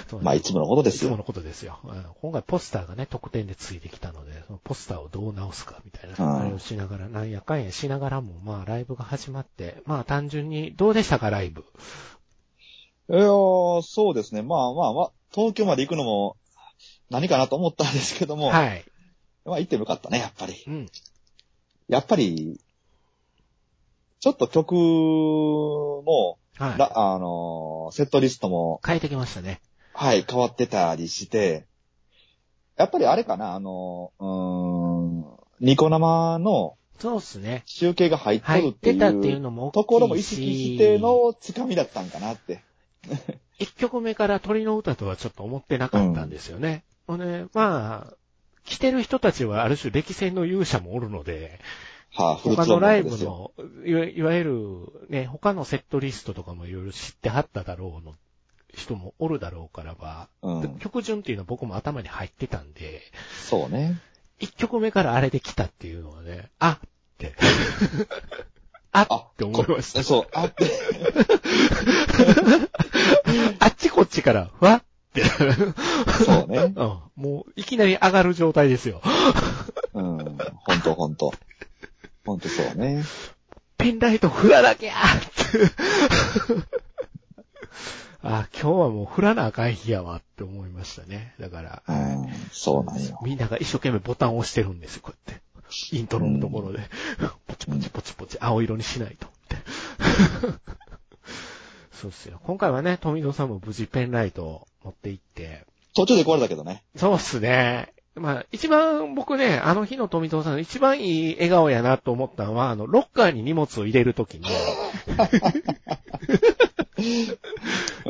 Speaker 1: そう
Speaker 2: まあいつものことで
Speaker 1: い
Speaker 2: す
Speaker 1: つも
Speaker 2: よ。
Speaker 1: のことですよ。うん今回ポスターがね、特典でついてきたので、そのポスターをどう直すかみたい
Speaker 2: うん
Speaker 1: な、あれをしながら、なんやかんやしながらも、まあライブが始まって、まあ単純に、どうでしたか、ライブ。
Speaker 2: いやーそうですね。まあまあまあ、東京まで行くのも何かなと思ったんですけども、
Speaker 1: はい。
Speaker 2: まあ行ってもよかったね、やっぱり。
Speaker 1: うん。
Speaker 2: やっぱり、ちょっと曲も、
Speaker 1: はい。
Speaker 2: らあのー、セットリストも、
Speaker 1: 変えてきましたね。
Speaker 2: はい、変わってたりして、やっぱりあれかな、あのー、うーん、ニコ生の
Speaker 1: そうっすね。
Speaker 2: 集計が入っと
Speaker 1: 入
Speaker 2: る
Speaker 1: っ
Speaker 2: って
Speaker 1: てたっ
Speaker 2: い
Speaker 1: ていう
Speaker 2: う
Speaker 1: のも大きいし。
Speaker 2: ところも意識してのつかみだったんかなって。
Speaker 1: 一曲目から鳥の歌とはちょっと思ってなかったんですよね。ほんで、まあ、来てる人たちはある種歴戦の勇者もおるので、
Speaker 2: はあ、フル
Speaker 1: 他
Speaker 2: ツオ
Speaker 1: の
Speaker 2: ンな
Speaker 1: ラ
Speaker 2: わ
Speaker 1: イ
Speaker 2: けで
Speaker 1: ブ
Speaker 2: すよ。
Speaker 1: の、いわいわゆる、ね、他のセットリストとかもいろいろ知ってはっただろうの人もおるだろうからば、
Speaker 2: うん、
Speaker 1: 曲順っていうのは僕も頭に入ってたんで、
Speaker 2: そうね。
Speaker 1: 1曲目からあれで来たっていうのはね、あって、あって思いました。
Speaker 2: そう、あって、
Speaker 1: あっちこっちから、わって、
Speaker 2: そうね。
Speaker 1: うん、もういきなり上がる状態ですよ。
Speaker 2: うん、ほんとほんと。ほんとそうね。
Speaker 1: ペンライト振らなきゃーって。 あ、今日はもう振らなあかん日やわって思いましたね。だから、
Speaker 2: うん、そうなんよ。
Speaker 1: みんなが一生懸命ボタンを押してるんですよ、こうやって。イントロのところで。ポチポチポチポチ、青色にしないと。 ってそうっすよ。今回はね、富蔵さんも無事ペンライトを持って行って。
Speaker 2: 途中で壊れたけどね。
Speaker 1: そうっすね。まあ、一番僕ね、あの日の富蔵さんの一番いい笑顔やなと思ったのは、あの、ロッカーに荷物を入れるときに、
Speaker 2: うん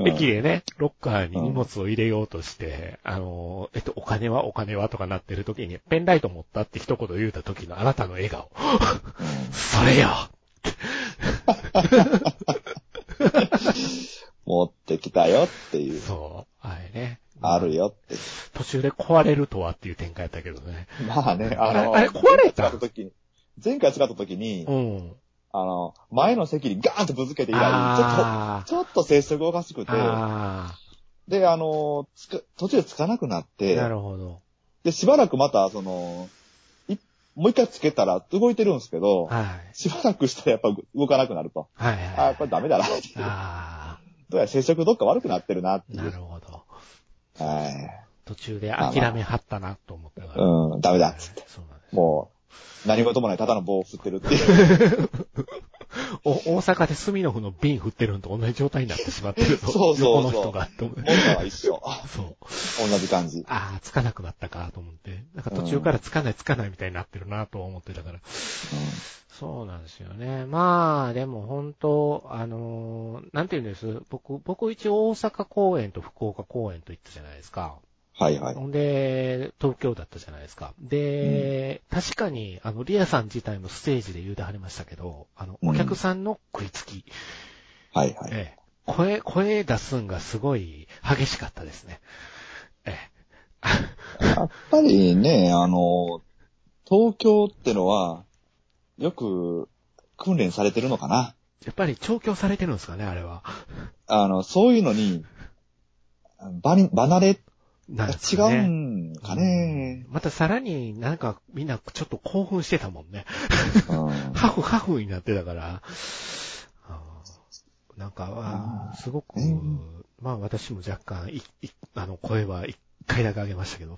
Speaker 1: 駅でね、ロッカーに荷物を入れようとして、あの、えっと、お金はお金はとかなってる時に、ペンライト持ったって一言言うた時のあなたの笑顔。それよ
Speaker 2: 持ってきたよっていう、
Speaker 1: そう。あれね。
Speaker 2: あるよってい
Speaker 1: 途中で壊れるとはっていう展開やったけどね。
Speaker 2: う。まあね、あの、
Speaker 1: あれあれ壊れた
Speaker 2: 前回使った時に、前回使った時に、
Speaker 1: うん。
Speaker 2: あの、前の席にガーンとぶつけて以来、ちょっ
Speaker 1: あ
Speaker 2: と、ちょっと接触がおかしくて、
Speaker 1: あ。ああ。
Speaker 2: で、あの、つか、途中でつかなくなって、
Speaker 1: なるほど。
Speaker 2: で、しばらくまた、その、いもう一回つけたら動いてるんですけど、
Speaker 1: はい。
Speaker 2: しばらくしたらやっぱ動かなくなると。
Speaker 1: はいはい。
Speaker 2: あ、これダメだな。
Speaker 1: あ
Speaker 2: どうやら接触どっか悪くなってるなっ
Speaker 1: ー
Speaker 2: てい
Speaker 1: なる
Speaker 2: う。
Speaker 1: ほど。
Speaker 2: はい。
Speaker 1: 途中で諦めはったなと思ったから。
Speaker 2: うん、ダメだっつって。
Speaker 1: そうなんです。
Speaker 2: もう、何事もない、ただの棒を振ってるっ ていう。
Speaker 1: お大阪でスミノフの瓶振ってるのと同じ状態になってしまってると。
Speaker 2: そうそうそう
Speaker 1: 横の人がと思っ
Speaker 2: もん
Speaker 1: て。
Speaker 2: は一緒。
Speaker 1: そう。
Speaker 2: 同じ感じ。
Speaker 1: ああ、つかなくなったかと思って。なんか途中からつかないつかないみたいになってるなとは思ってたから。そうなんですよね。まあ、でも本当、あのーなんて言うんです僕、僕一応大阪公演と福岡公演と行ったじゃないですか。
Speaker 2: はいはい。
Speaker 1: ほんで、東京だったじゃないですか。で、確かに、あの、リアさん自体もステージで言うてはりましたけど、あの、
Speaker 2: うん
Speaker 1: お客さんの食いつき、
Speaker 2: はいはい。
Speaker 1: ええ、声、声出すんがすごい激しかったですね。ええ、
Speaker 2: やっぱりね、あの、東京ってのは、よく訓練されてるのかな。
Speaker 1: やっぱり調教されてるんですかね、あれは。
Speaker 2: あの、そういうのに、ばに、離れ、
Speaker 1: なんです
Speaker 2: 違
Speaker 1: かね
Speaker 2: うんかね。
Speaker 1: またさらになんかみんなちょっと興奮してたもんね。
Speaker 2: うん
Speaker 1: ハフハフになってたから。あーなんか、あーすごく、
Speaker 2: うん
Speaker 1: まあ私も若干いいあの、声は一回だけ上げましたけど、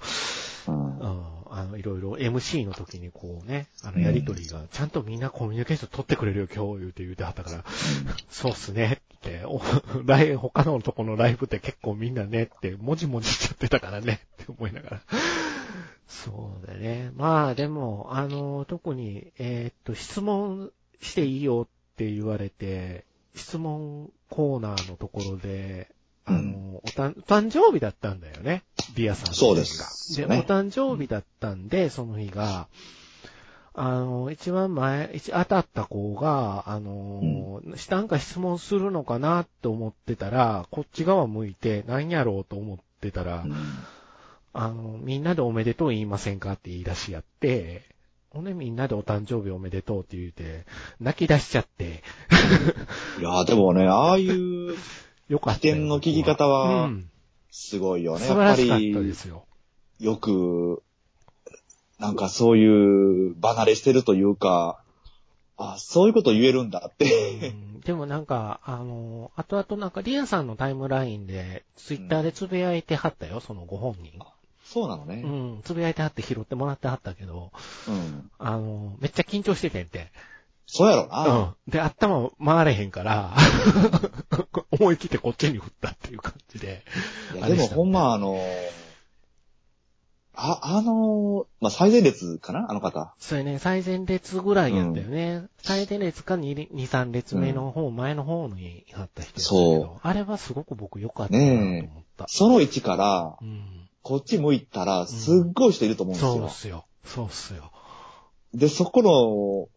Speaker 2: うん
Speaker 1: うんあの、いろいろ MC の時にこうね、あの、やりとりが、ちゃんとみんなコミュニケーション取ってくれるよ、今日言うて言うてはったから、そうっすねって、おライブ他のとこのライブって結構みんなねって、もじもじしちゃってたからねって思いながら。そうだね。まあでも、あの、特に、えーっと、質問していいよって言われて、質問コーナーのところで、あの、おたんお誕生日だったんだよね、リアさんの日が。
Speaker 2: そうです
Speaker 1: で、
Speaker 2: ね
Speaker 1: お誕生日だったんで、その日が、あの、一番前、一当たった子が、あの、なんか質問するのかなと思ってたら、こっち側向いて、何やろうと思ってたら、あの、みんなでおめでとう言いませんかって言い出しやって、ほんでみんなでお誕生日おめでとうって言うて、泣き出しちゃって、
Speaker 2: いやーでもね、ああいう
Speaker 1: よかった
Speaker 2: 起
Speaker 1: よ。
Speaker 2: 点の聞き
Speaker 1: 僕
Speaker 2: 方
Speaker 1: は、う
Speaker 2: は、
Speaker 1: ん。
Speaker 2: すごいよね。
Speaker 1: 素
Speaker 2: やっ
Speaker 1: 晴ら
Speaker 2: ぱ
Speaker 1: しかったで
Speaker 2: り、
Speaker 1: すよ。
Speaker 2: よく、なんかそういう、離れしてるというか、あ、そういうこと言えるんだって。
Speaker 1: うんでもなんか、あの、あとあとなんか、リアさんのタイムラインで、ツイッターでつぶやいてはったよ、そのご本人。
Speaker 2: そうなの
Speaker 1: う
Speaker 2: ね。
Speaker 1: ん、つぶやいてはって拾ってもらってはったけど、
Speaker 2: うん。
Speaker 1: あの、めっちゃ緊張しててんて。
Speaker 2: そうやろ
Speaker 1: う
Speaker 2: な。
Speaker 1: ん。で、頭回れへんから、 思い切ってこっちに振ったっていう感じで。
Speaker 2: い
Speaker 1: あ
Speaker 2: や
Speaker 1: れ
Speaker 2: で
Speaker 1: で
Speaker 2: も
Speaker 1: した
Speaker 2: ほんまあの、あ、あの、まあ、最前列かなあの方。
Speaker 1: それね、最前列ぐらいやったよね。最前列か2、2 3列目の方、前の方にあった人やったけど。
Speaker 2: そ
Speaker 1: あれはすごく僕良かったなと思った。
Speaker 2: その位置から、
Speaker 1: うん。
Speaker 2: こっち向いたら、すっごい人いると思うんですよ。
Speaker 1: そうっすよ。そうっすよ。
Speaker 2: で、そこの、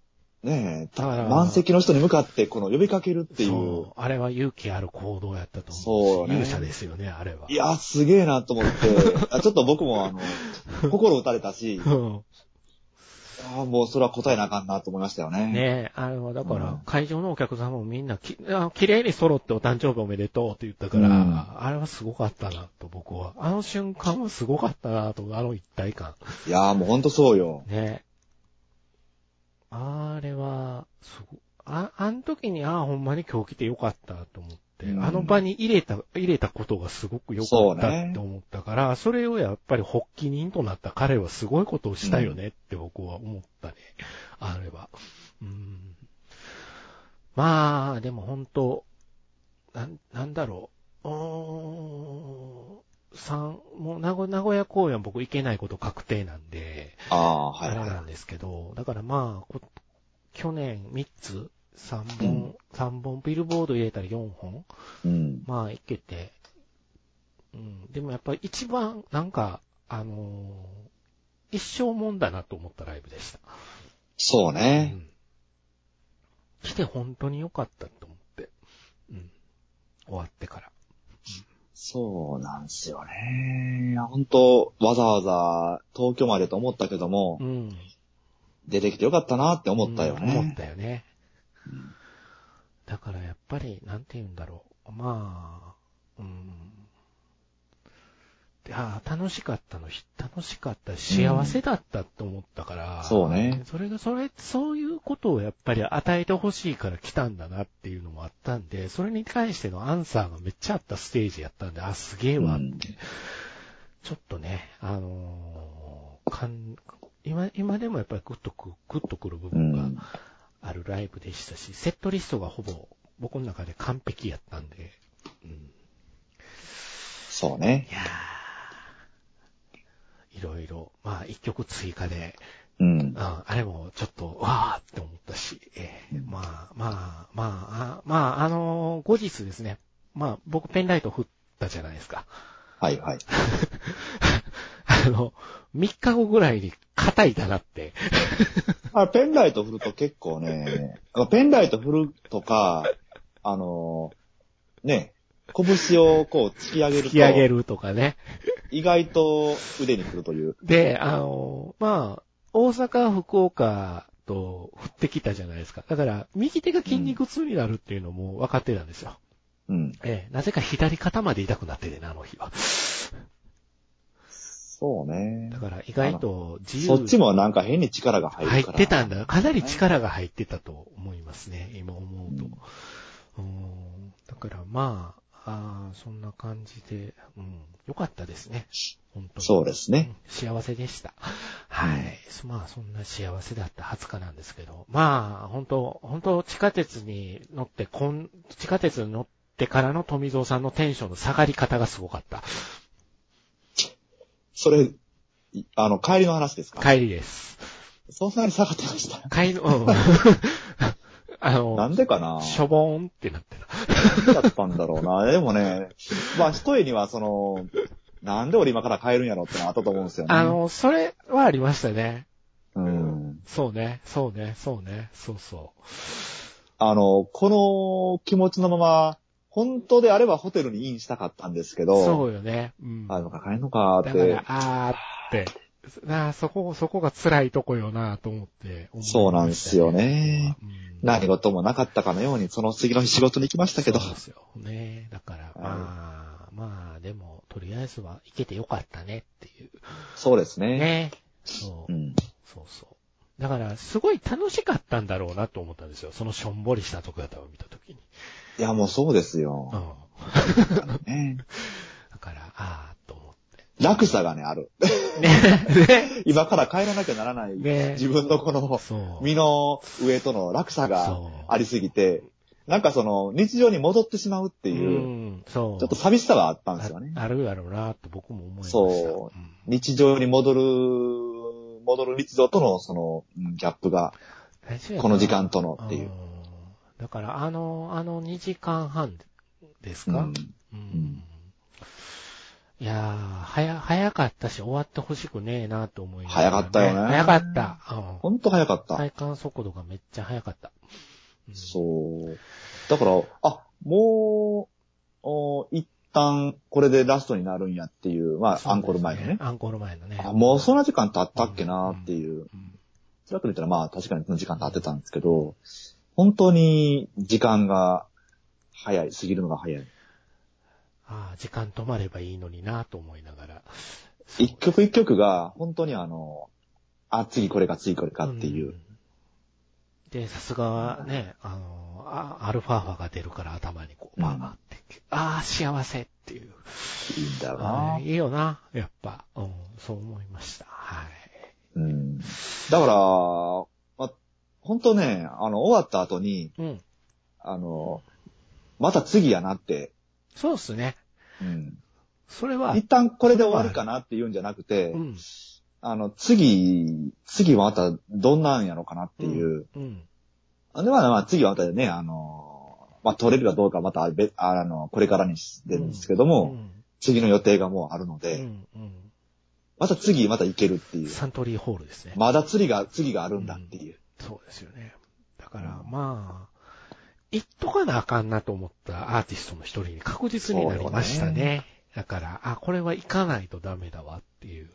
Speaker 2: ねえ、
Speaker 1: だから
Speaker 2: 満席の人に向かって、この呼びかけるっていう
Speaker 1: そ。う。あれは勇気ある行動やったと思
Speaker 2: そ
Speaker 1: う
Speaker 2: う
Speaker 1: し。
Speaker 2: ね
Speaker 1: 勇者ですよね、あれは。
Speaker 2: いやー、すげえなと思って、 あちょっと僕も、あの、心打たれたし、
Speaker 1: うん。
Speaker 2: あーもうそれは答えなあかんなと思いましたよね。
Speaker 1: ねえ、あれはだか
Speaker 2: うん
Speaker 1: ら、会場のお客様もみんなき、あ綺麗に揃ってお誕生日おめでとうって言ったか
Speaker 2: うん
Speaker 1: ら、あれはすごかったなと僕は。あの瞬間はすごかったなと、あの一体感。
Speaker 2: いやー、もうほんとそうよ。
Speaker 1: ねえ。あれは、すご、あ、あの時に、ああ、ほんまに今日来てよかったと思って、
Speaker 2: うん
Speaker 1: あの場に入れた、入れたことがすごくよか
Speaker 2: そう
Speaker 1: った
Speaker 2: ね
Speaker 1: って思ったから、そ,、れをやっぱり発起人となった彼はすごいことをしたよねって僕は思ったね。あれは。うん。まあ、でも本当なん、なんだろう。うーん。三、もう名古名古屋公演は僕行けないこと確定なんで、
Speaker 2: ああー、
Speaker 1: あ
Speaker 2: はい
Speaker 1: れ
Speaker 2: はい
Speaker 1: な
Speaker 2: は
Speaker 1: んですけど、だからまあ、こ去年3つ、3本、 三本、ビルボード入れたら4本、
Speaker 2: い。うん。
Speaker 1: まあ、いけて、うん、でもやっぱり一番、なんか、あのー一生もんだなと思ったライブでした。
Speaker 2: そう
Speaker 1: う
Speaker 2: ね。
Speaker 1: ん。来て本当に良かったと思って、うん。終わってから。
Speaker 2: そうなんですよね。いやほんと、わざわざ東京までと思ったけども、
Speaker 1: うん。
Speaker 2: 出てきてよかったなって思ったよ
Speaker 1: うん思っ
Speaker 2: ね。
Speaker 1: たよね。だからやっぱり、なんて言うんだろう。まあ、うん。ああ、楽しかったの、ひ楽しかった、幸せだったと思ったから、
Speaker 2: そうね。
Speaker 1: それが、それ、そういうことをやっぱり与えてほしいから来たんだなっていうのもあったんで、それに関してのアンサーがめっちゃあったステージやったんで、あ、すげえわ、
Speaker 2: うん
Speaker 1: ちょっとね、あのーかん今、今でもやっぱりグッとく、グッとくる部
Speaker 2: う
Speaker 1: 分が
Speaker 2: ん。
Speaker 1: あるライブでしたし、セットリストがほぼ僕の中で完璧やったんで、うん
Speaker 2: そうね
Speaker 1: い。やーいろいろ、まあ一曲追加で、
Speaker 2: うん
Speaker 1: うん、。あれもちょっと、わーって思ったし、えーまあまあまあ、あまああのー後日ですね、まあ僕ペンライト振ったじゃないですか。
Speaker 2: はいはい。
Speaker 1: あの、3日後ぐらいに肩いたなって。
Speaker 2: あペンライト振ると結構ね、ペンライト振るとか、あのーね、拳をこう突き上げる
Speaker 1: 引
Speaker 2: と、
Speaker 1: き上げるとかね。
Speaker 2: 意外と腕に振るという。
Speaker 1: で、あの、まあ、大阪、福岡と降ってきたじゃないですか。だから、右手が筋肉痛になるっていうのも分かってたんですよ。
Speaker 2: うん。
Speaker 1: ええ、なぜか左肩まで痛くなっててな、あの日は。
Speaker 2: そうね
Speaker 1: だ。から、意外と自由
Speaker 2: そっちもなんか変に力が入る
Speaker 1: 入っ
Speaker 2: から。
Speaker 1: てたんだ。かなり力が入ってたと思いますね、今思うと。うんだから、まあ、あーそんな感じで、うん、よかったですね。本当に
Speaker 2: そうですね。
Speaker 1: 幸せでした。はい。まあ、そんな幸せだった20日なんですけど、まあ、本当本当地下鉄に乗って、こん、地下鉄に乗ってからの富蔵さんのテンションの下がり方がすごかった。
Speaker 2: それ、いあの、帰りの話ですか
Speaker 1: 帰りです。
Speaker 2: そんなに下がってました。
Speaker 1: 帰りの、うん あ
Speaker 2: な
Speaker 1: の、
Speaker 2: んでかな
Speaker 1: しょぼーんってなってた。
Speaker 2: 何だったんだろうな。 でもね、まあ、一重にはその、なんで俺今から帰るんやろってのあったと思うんですよね。
Speaker 1: あの、それはありましたね。
Speaker 2: うん。
Speaker 1: そうね、そうね、そうね、そうそう。
Speaker 2: あの、この気持ちのまま、本当であればホテルにインしたかったんですけど、
Speaker 1: そうよね。うん。
Speaker 2: あ、今から帰るのかー
Speaker 1: だ
Speaker 2: っ
Speaker 1: から
Speaker 2: て、、
Speaker 1: あーって。なあ、そこ、そこが辛いとこよなと思って思いましたね。
Speaker 2: そうなんですよね
Speaker 1: うん。
Speaker 2: 何事もなかったかのように、その次の日仕事に行きましたけど、
Speaker 1: そうですよ。ねだから、まあ、まあ、でも、とりあえずは行けてよかったねっていう。
Speaker 2: そうですね。
Speaker 1: ねそう
Speaker 2: う。ん。
Speaker 1: そうそう。だから、すごい楽しかったんだろうなと思ったんですよ。そのしょんぼりした姿を見たときに。
Speaker 2: いや、もうそうです
Speaker 1: う
Speaker 2: よ。
Speaker 1: ん。
Speaker 2: ね
Speaker 1: だから、あーと思って。
Speaker 2: 落差がね、ある。
Speaker 1: ね。
Speaker 2: 今から帰らなきゃならない、
Speaker 1: ね
Speaker 2: 自分のこの、
Speaker 1: そう。
Speaker 2: 身の上との落差が
Speaker 1: そう
Speaker 2: ありすぎて、なんかその、日常に戻ってしまうって
Speaker 1: う
Speaker 2: いう、
Speaker 1: ん、そう。
Speaker 2: ちょっと寂しさはあったんですよね。
Speaker 1: ああるやろうなって僕も思いました。
Speaker 2: そ
Speaker 1: うん
Speaker 2: 日常に戻る、戻る日常との、その、うんギャップが、
Speaker 1: 大事やな
Speaker 2: この時間とのっていう。
Speaker 1: んだから、あの、あの2時間半です
Speaker 2: う
Speaker 1: か、
Speaker 2: ん
Speaker 1: うん
Speaker 2: ん
Speaker 1: いやー、早、早かったし、終わってほしくねえなと思いながら
Speaker 2: 早かったよね
Speaker 1: 早かった。う
Speaker 2: ほんと早かっ
Speaker 1: ん、
Speaker 2: た。
Speaker 1: 体感速度がめっちゃ早かった。うん
Speaker 2: そう。だから、あ、もう、お一旦、これでラストになるんやっていう、まあ、アンコール前の
Speaker 1: そうで
Speaker 2: ね
Speaker 1: す。アンコール前のね。
Speaker 2: あ、もうそんな時間経ったっけなってい
Speaker 1: う
Speaker 2: う。
Speaker 1: ん
Speaker 2: 辛く見たら、まあ、確かにその時間経ってたんですけど、本当に、時間が、早い、過ぎるのが早い。
Speaker 1: ああ、時間止まればいいのになと思いながら。
Speaker 2: 一曲一曲が、本当にあの、あ、次これか、次これかってい
Speaker 1: ん
Speaker 2: う。。
Speaker 1: で、さすがはね、あの、あアルファ波が出るから頭にこう、
Speaker 2: うん
Speaker 1: バーバーって、ああ、幸せっていう。
Speaker 2: いいんだよ
Speaker 1: あ
Speaker 2: な
Speaker 1: ー。いいよな、やっぱ。うん、そう思いました。はい。
Speaker 2: うん。だから、ま、本当ね、あの、終わった後に、
Speaker 1: うん。
Speaker 2: あの、また次やなって、
Speaker 1: そうっすね。
Speaker 2: うん。
Speaker 1: それは、
Speaker 2: 一旦これで終わるかなっていうんじゃなくて、
Speaker 1: うん、
Speaker 2: あの、次、次またどんなんやろかなっていう。
Speaker 1: うん、
Speaker 2: で、まあ、まあ、次はまたね、あの、まあ、取れるかどうかまた別、ああの、これからにしてるんですけど
Speaker 1: う
Speaker 2: も、
Speaker 1: ん、
Speaker 2: 次の予定がもうあるの
Speaker 1: う
Speaker 2: で、
Speaker 1: ん、う
Speaker 2: また次また行けるってい
Speaker 1: ん。
Speaker 2: う。
Speaker 1: サントリーホールですね。
Speaker 2: まだ次が、次があるんだっていう。
Speaker 1: そうですよね。だから、まあ、言っとかなあかんなと思ったアーティストの一人に確実になりましたね。
Speaker 2: そう
Speaker 1: だから、あ、これは行かないとダメだわっていう。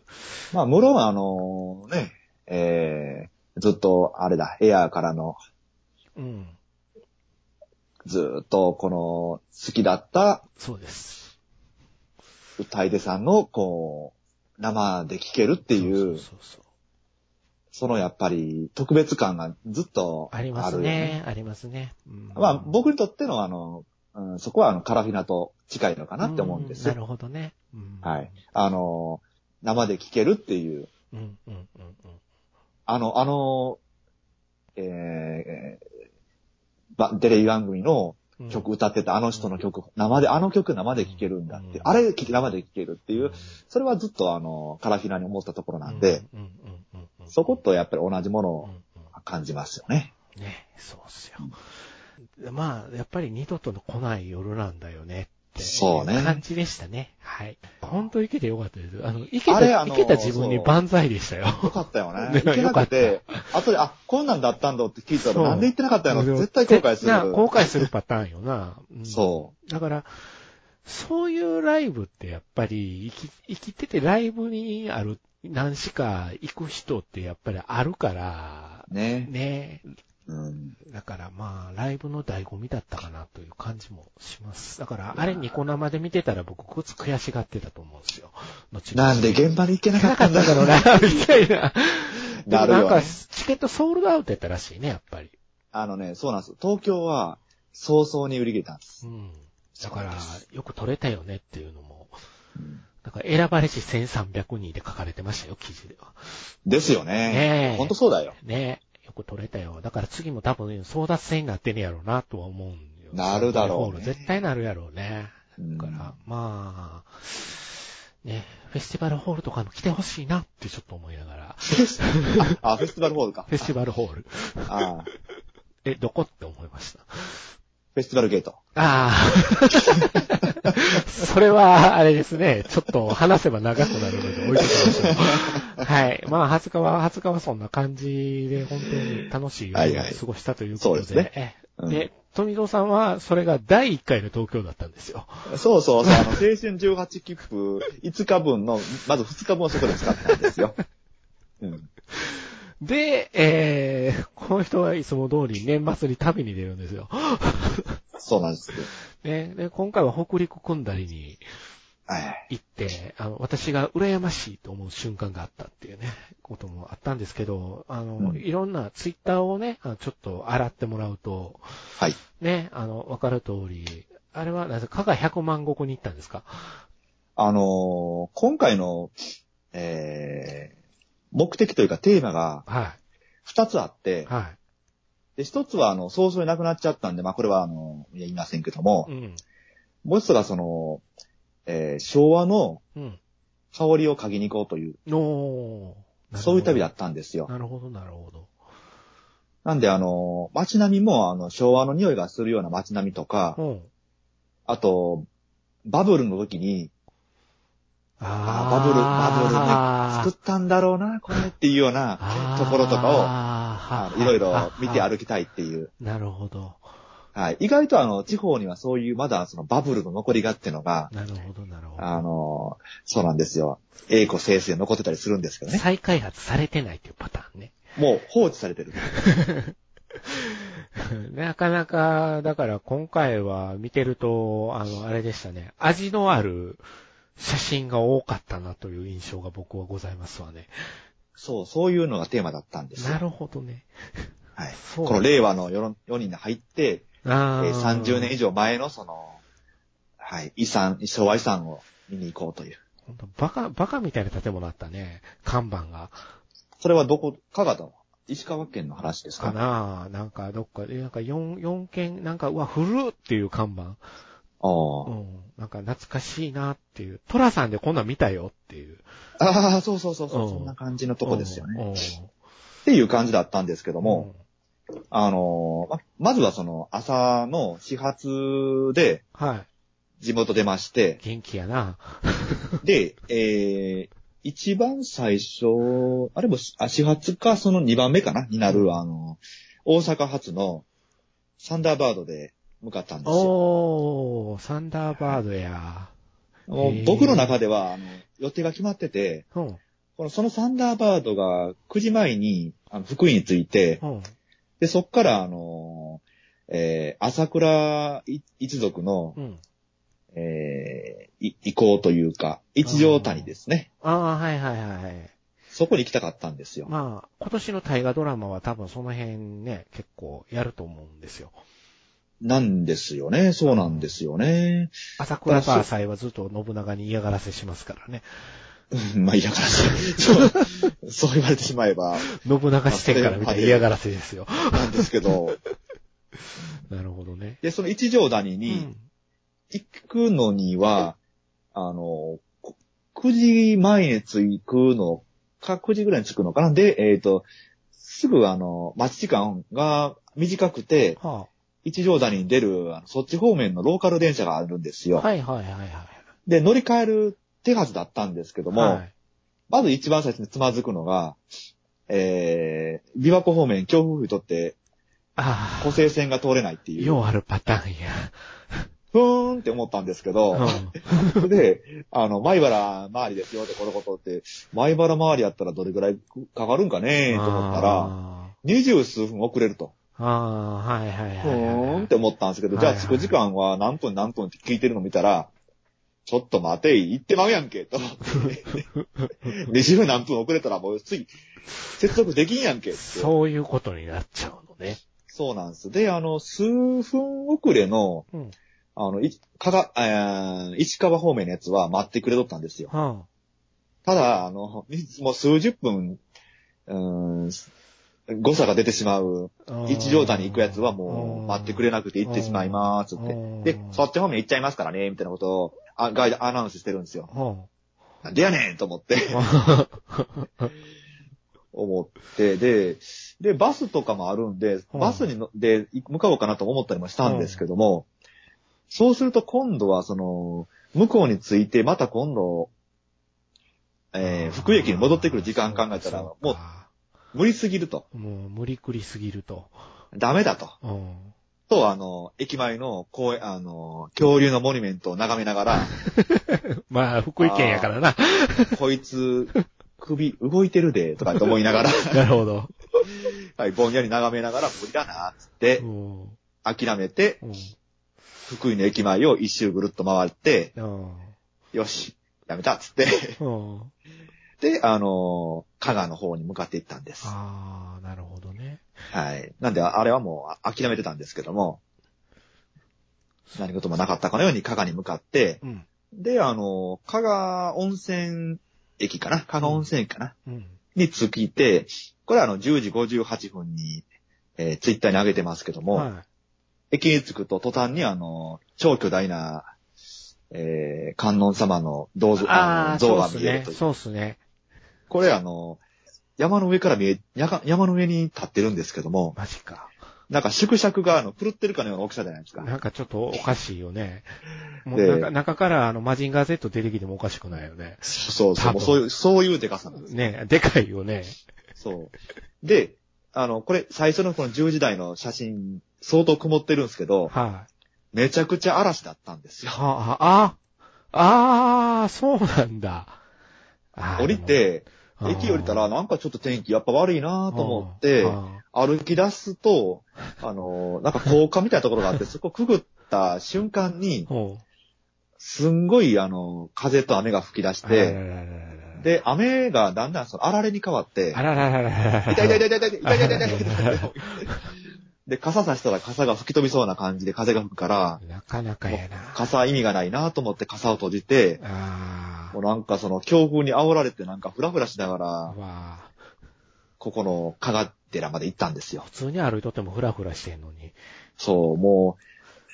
Speaker 2: まあ、無論あの、ね、えー、ずっと、あれだ、エアーからの、
Speaker 1: うん。
Speaker 2: ずっと、この、好きだった、
Speaker 1: そうです。
Speaker 2: 歌い手さんの、こう、生で聴けるっていう、そ
Speaker 1: そうそうそう
Speaker 2: のやっぱり特別感がずっとあ
Speaker 1: あ
Speaker 2: る
Speaker 1: り
Speaker 2: よ
Speaker 1: ますね。
Speaker 2: ね。
Speaker 1: ありますね。うん
Speaker 2: まあ、僕にとってのあの、うん、そこはあの、カラフィナと近いのかなって思うんです
Speaker 1: な
Speaker 2: よ。
Speaker 1: るほどね。うん
Speaker 2: はい。あの、生で聴けるっていう、
Speaker 1: うんうんうんうん。
Speaker 2: あの、あの、えー、ばテレビ番組の
Speaker 1: うん
Speaker 2: 曲歌ってたあの人の曲、生で、あの曲生で聴けるんだって、
Speaker 1: うん
Speaker 2: あれ聞生で聴けるっていう、それはずっとあの、カラフィナに思ったところなんで、、
Speaker 1: うんうんうんうんうん
Speaker 2: そことやっぱり同じもの
Speaker 1: う
Speaker 2: を
Speaker 1: んうん
Speaker 2: 感じますよね。
Speaker 1: ね、そうっすよ。まあ、やっぱり二度と来ない夜なんだよねって。
Speaker 2: そうね
Speaker 1: 感じでしたね。はい。本当行けてよかったです。あの、行け
Speaker 2: あれ
Speaker 1: た、
Speaker 2: あの
Speaker 1: 行けた自分に
Speaker 2: そう
Speaker 1: 万歳でしたよ。
Speaker 2: よかったよね。
Speaker 1: ね
Speaker 2: 行けなくて、後で、あ、こんなんだったんだって聞いた
Speaker 1: そう
Speaker 2: ら、なんで行ってなかったんやろ絶対後悔す
Speaker 1: な後
Speaker 2: る。
Speaker 1: 悔するパターンよな。うん
Speaker 2: そ
Speaker 1: だから、そういうライブってやっぱり、生き、生きててライブにある、何しか行く人ってやっぱりあるから、
Speaker 2: う。ね。
Speaker 1: ね。
Speaker 2: うん。
Speaker 1: だからまあ、ライブの醍醐味だったかなという感じもします。だから、あれニコ生で見てたら僕、こつ悔しがってたと思うんですよ。後々
Speaker 2: なんで現場に行けなかったんだ
Speaker 1: だ
Speaker 2: ろ
Speaker 1: ろ
Speaker 2: う
Speaker 1: う
Speaker 2: な。
Speaker 1: な、みたいな。で
Speaker 2: な
Speaker 1: も
Speaker 2: る
Speaker 1: なん
Speaker 2: よ
Speaker 1: か、
Speaker 2: ね。
Speaker 1: チケットソールドアウトやったらしいね、やっぱり。
Speaker 2: あのね、そうなんです。東京は早々に売り切れたんです
Speaker 1: う。ん。だから、よく取れたよねっていうのも。
Speaker 2: うん
Speaker 1: だから、選ばれし1300人で書かれてましたよ、記事では。
Speaker 2: ですよ
Speaker 1: ねえ
Speaker 2: ね。ほんとそうだよ。
Speaker 1: ねよく取れたよ。だから次も多分争奪戦になってんねやろうなとは思うんよ。
Speaker 2: なるだろうね
Speaker 1: ホール絶対なるやろうね。
Speaker 2: うん
Speaker 1: だから、まあ、ね、フェスティバルホールとかも来てほしいなってちょっと思いながら、
Speaker 2: あ、フェスティバルホールか
Speaker 1: フ。ェスティバルホール、
Speaker 2: あ
Speaker 1: え、どこって思いました。
Speaker 2: フェスティバルゲート。
Speaker 1: ああ。 それは、あれですね。ちょっと話せば長くなるので置いときましょう。はい。まあ、はずかは、はずかはそんな感じで、本当に楽しい
Speaker 2: は
Speaker 1: 夜
Speaker 2: い
Speaker 1: を
Speaker 2: はい
Speaker 1: 過ごしたということで。
Speaker 2: そうです
Speaker 1: え
Speaker 2: うん
Speaker 1: で、富蔵さんは、それが第1回の東京だったんですよ。
Speaker 2: そうそうそう、あの、青春18切符5日 分の、まず2日分をそこで使ったんですよ。 うん。
Speaker 1: で、えー、この人はいつも通り年末に旅に出るんですよ。
Speaker 2: そうなんですよ。
Speaker 1: ね、で、今回は北陸組んだりに
Speaker 2: はい。
Speaker 1: 行って、あの、私が羨ましいと思う瞬間があったっていうね、こともあったんですけど、あの、
Speaker 2: うん
Speaker 1: いろんなツイッターをね、あのちょっと洗ってもらうと、
Speaker 2: はい。
Speaker 1: ね、あの、わかる通り、あれは、なぜ、加賀100万石に行ったんですか
Speaker 2: あのー今回の、えー、目的というかテーマが
Speaker 1: は
Speaker 2: 2つあっ
Speaker 1: い。
Speaker 2: て、
Speaker 1: は
Speaker 2: で、1つは、あの、早々になくなっちゃったんで、まあ、これは、あの、いや言いませんけども
Speaker 1: い。う、ん。
Speaker 2: もう1つが、その、えー昭和の
Speaker 1: うん。
Speaker 2: 香りを嗅ぎに行こうという、
Speaker 1: の
Speaker 2: そういう旅だ
Speaker 1: っ
Speaker 2: ったんですよ。
Speaker 1: なるほど、なるほど。
Speaker 2: なんで、あの、街並みも、あの、昭和の匂いがするような街並みとか、
Speaker 1: うん。
Speaker 2: あと、バブルの時に、あバブル、バブルね、
Speaker 1: ル
Speaker 2: 作ったんだろうな、これっていうようなところとかを、あ
Speaker 1: か
Speaker 2: のいろいろ見て
Speaker 1: る。
Speaker 2: 歩きたいっていう。
Speaker 1: なるほど。
Speaker 2: はい。意外とあの、地方にはそういう、まだそのバブルの残りがってのが、
Speaker 1: なるほど、なるほど。
Speaker 2: あの、そうなんですよ。栄枯盛世残ってたりするんですけどね。
Speaker 1: 再開発されてないっていうパターンね。
Speaker 2: もう放置されてる。
Speaker 1: なかなか、だから今回は見てると、あの、あれでしたね。味のある写真が多かったなという印象が僕はございますわね。
Speaker 2: そう、そういうのがテーマだったんですよ。
Speaker 1: なるほどね。
Speaker 2: はい。
Speaker 1: そう
Speaker 2: この令和の4人に入って、え
Speaker 1: あ
Speaker 2: ー30年以
Speaker 1: 上。
Speaker 2: 上前のその、はい、遺産、昭和遺産を見に行こうという。
Speaker 1: ほんとバカ、バカみたいな建物あったね。看板が。
Speaker 2: それはどこ、香川の石川県の話です
Speaker 1: か
Speaker 2: か
Speaker 1: なあなんかどっかで、なんか4、4軒、なんか、うわ、古っっていう看板。
Speaker 2: あ
Speaker 1: う
Speaker 2: ー
Speaker 1: ん。なんか懐かしいなっていう。トラさんでこんなん見たよっていう。
Speaker 2: あー、そうそうそうそう、
Speaker 1: うん
Speaker 2: そんな感じのとこですよね。
Speaker 1: うん。
Speaker 2: っていう感じだったんですけど
Speaker 1: うん
Speaker 2: も、あのーま、まずはその朝の始発で
Speaker 1: はい。
Speaker 2: 地元出 まして、
Speaker 1: 元気やな。
Speaker 2: で、えー、一番最初、あれもしあ始発かその二番目かなになる、あの、大阪発のサンダーバードで向かったんですよ。
Speaker 1: おー、サンダーバードや。
Speaker 2: も
Speaker 1: へー
Speaker 2: う僕の中では、あの、予定が決まってて、
Speaker 1: うん、うん、
Speaker 2: この、そのサンダーバードが9時前に、あの、福井に着いて、
Speaker 1: うん、
Speaker 2: で、そっから、あのー、えー、朝倉一一族の、
Speaker 1: うん、
Speaker 2: えー、い移行というか、一条谷ですね。
Speaker 1: ああ、はいはいはい。
Speaker 2: そこに行きたかったんですよ。
Speaker 1: まあ、今年の大河ドラマは多分その辺ね、結構やると思うんですよ。
Speaker 2: なんですよね。そうなんですよね。
Speaker 1: 朝倉バーサイはずっと信長に嫌がらせしますからね。
Speaker 2: うんまあ、嫌がらせ。そう、そう言われてしまえば、
Speaker 1: 信長視点から見たら嫌がらせですよ。
Speaker 2: なんですけど。
Speaker 1: なるほどね。
Speaker 2: で、その一条谷
Speaker 1: う
Speaker 2: に
Speaker 1: ん。
Speaker 2: 行くのには、あの、こ9時前に着くのか、9時ぐらいに着くのかな。で、えっ、と、すぐあの、待ち時間が短くて、
Speaker 1: は
Speaker 2: 一条谷に出る、あのそっち方面のローカル電車があるんです
Speaker 1: あ、
Speaker 2: よ。
Speaker 1: はいはいはいはい。
Speaker 2: で、乗り換える手はずだったんですけども、
Speaker 1: はい、
Speaker 2: まず一番最初につまずくのが、えー、琵琶湖方面、強風雨にとって、
Speaker 1: あ
Speaker 2: 湖西線が通れないっていう、
Speaker 1: ようあるパターンや。
Speaker 2: ふーんって思ったんですけ
Speaker 1: うん
Speaker 2: ど、で、あの、米原周りですよって、このことって、米原周りやったらどれぐらいかかるんかねと思ったら、
Speaker 1: あ
Speaker 2: 二十数分遅れると。
Speaker 1: ーあー、はいはいはい
Speaker 2: ふ
Speaker 1: はいはい。
Speaker 2: ーんって思ったんですけど、じゃあ着く時間は何分何分って聞いてるの見たら、ちょっと待てい、行ってまうやんけ、と 思って。20何分遅れたらもう次、接続できんやんけって。
Speaker 1: そういうことになっちゃうのね。
Speaker 2: そうなんです。で、あの、数分遅れの、
Speaker 1: うん。
Speaker 2: あの、いかが、えー石川方面のやつは待ってくれとったんですよ。
Speaker 1: は
Speaker 2: ただ、あの、いもう数十分、うーん、誤差が出てしまう、
Speaker 1: あ、
Speaker 2: 一条谷に行くやつはもう待ってくれなくて行ってしまいますって。
Speaker 1: て
Speaker 2: で、そっち方面行っちゃいますからね、みたいなことを、あガイドアナウンスしてるんですよ。
Speaker 1: は
Speaker 2: なんでやねんと思って、
Speaker 1: あ、
Speaker 2: 思って、で、で、バスとかもあるんで、バスにの、で、向かおうかなと思ったりもしたんですけども、そうすると今度は、その、向こうに着いて、また今度、えー福井駅に戻ってくる時間考えたら、も
Speaker 1: そう
Speaker 2: う
Speaker 1: か
Speaker 2: 無理すぎると。
Speaker 1: もう無理くりすぎると。
Speaker 2: ダメだと。
Speaker 1: うん。
Speaker 2: と、あの、駅前の公園、あの、恐竜のモニュメントを眺めながら、
Speaker 1: まあ、福井県やからな。
Speaker 2: こいつ、首動いてるで、とかって思いながら、
Speaker 1: なるほど。
Speaker 2: はい、ぼんやり眺めながら無理だな、つって
Speaker 1: う、ん。うん
Speaker 2: 諦めて、福井の駅前を一周ぐるっと回って、
Speaker 1: うん。
Speaker 2: よし、やめた、つって、
Speaker 1: うん。
Speaker 2: で、あのー加賀の方に向かっていったんです。
Speaker 1: ああ、なるほどね。
Speaker 2: はい。なんで、あれはもうあ諦めてたんですけども、何事もなかったかのように加賀に向かって、
Speaker 1: うん。
Speaker 2: で、あのー加賀温泉駅かな加賀温泉駅かな、
Speaker 1: うん。
Speaker 2: に着いて、これはあの、10時58分に、えーツイッターに上げてますけども、
Speaker 1: は
Speaker 2: 駅に着くと途端にあの、超巨大な、えー、観音様の銅
Speaker 1: い。
Speaker 2: 像、あ
Speaker 1: あ
Speaker 2: の、
Speaker 1: あ、
Speaker 2: 像
Speaker 1: そう
Speaker 2: が
Speaker 1: っす
Speaker 2: 見える
Speaker 1: ね
Speaker 2: と。いう。
Speaker 1: そうっすね。
Speaker 2: これあの、山の上から見え、やか山の上に立ってるんですけども、
Speaker 1: マジか。
Speaker 2: なんか縮尺があの、狂ってるかのような大きさじゃな いですか。
Speaker 1: なんかちょっとおかしいよね。もう
Speaker 2: で
Speaker 1: なんか中からあのマジンガー Z 出てきてもおかしくないよね。
Speaker 2: そうそ
Speaker 1: 多
Speaker 2: う、
Speaker 1: 分
Speaker 2: もうそういう、そういうデカさなんです。
Speaker 1: ねでかいよね。
Speaker 2: そう。で、あの、これ、最初のこの10時台の写真、相当曇ってるんですけど、
Speaker 1: は
Speaker 2: めちゃくちゃ嵐だったんです
Speaker 1: い。
Speaker 2: よ。
Speaker 1: はあ、あ、あーそうなんだ。あー
Speaker 2: 降り、て、
Speaker 1: でも
Speaker 2: 駅降りたら、なんかちょっと天気やっぱ悪いなと思って、
Speaker 1: うんうん
Speaker 2: 歩き出すと、あの、なんか高架みたいなところが あって、そこくぐった瞬間に、
Speaker 1: ほ
Speaker 2: すんごい、あの、風と雨が吹き出し
Speaker 1: う
Speaker 2: て、、
Speaker 1: で、
Speaker 2: で、雨がだんだんそのあられに変わって
Speaker 1: あ、らららららら。
Speaker 2: 痛い痛い痛い痛い痛い痛い痛い痛い痛い痛い痛い で、傘さしたら傘が吹き飛びそうな感じで風が吹くから、
Speaker 1: なかなかやな。
Speaker 2: 傘は意味がないなと思って傘を閉じて、
Speaker 1: あ
Speaker 2: もうなんかその強風に煽られてなんかフラフラしなが
Speaker 1: あ、
Speaker 2: ら、
Speaker 1: わあ。
Speaker 2: ここの加賀寺まで行ったんですよ
Speaker 1: 普。通に歩いとってもフラフラしてんのに。
Speaker 2: そう、も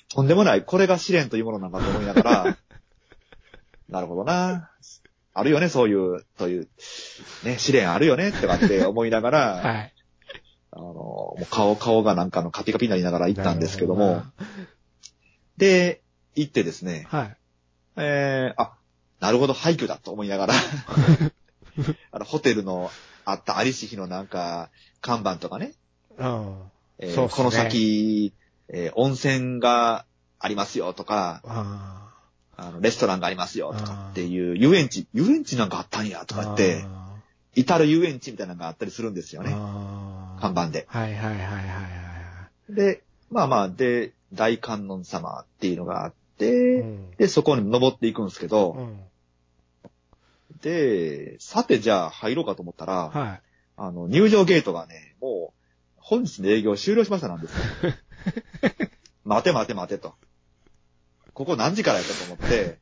Speaker 2: う、とんでもない。これが試練というものなんだと思いなが ら、なるほどな。あるよね、そういう、という、ね、試練あるよね、とかって思いながら、
Speaker 1: はい。
Speaker 2: あの、もう顔、顔がなんかのカピカピになりながら行ったんですけど
Speaker 1: な
Speaker 2: も
Speaker 1: る、ほ
Speaker 2: で、行ってですね、
Speaker 1: どな。はい。
Speaker 2: えー、あ、なるほど、廃墟だと思いながら、 あの、ホテルのあったありし日のなんか、看板とかね、
Speaker 1: うん。
Speaker 2: えー
Speaker 1: そうっすね
Speaker 2: この先、えー温泉がありますよとか、
Speaker 1: あ
Speaker 2: あの、レストランがありますよ、とかっていう、遊園地、遊園地なんかあったんや、
Speaker 1: あ。
Speaker 2: とかって、至る遊園地みたいなのがあったりするんですよね。
Speaker 1: ああ。
Speaker 2: 看板で。
Speaker 1: はいはいはいはいはいはい。
Speaker 2: で、まあまあ、で、大観音様っていうのがあっ
Speaker 1: う
Speaker 2: て、
Speaker 1: ん。
Speaker 2: で、そこに登っていくんですけ
Speaker 1: う
Speaker 2: ど、
Speaker 1: ん。
Speaker 2: で、さてじゃあ入ろうかと思ったら、
Speaker 1: はい。
Speaker 2: あの、入場ゲートがね、もう、本日の営業終了しましたなんですよ。待て待て待てと。ここ何時からやったと思って、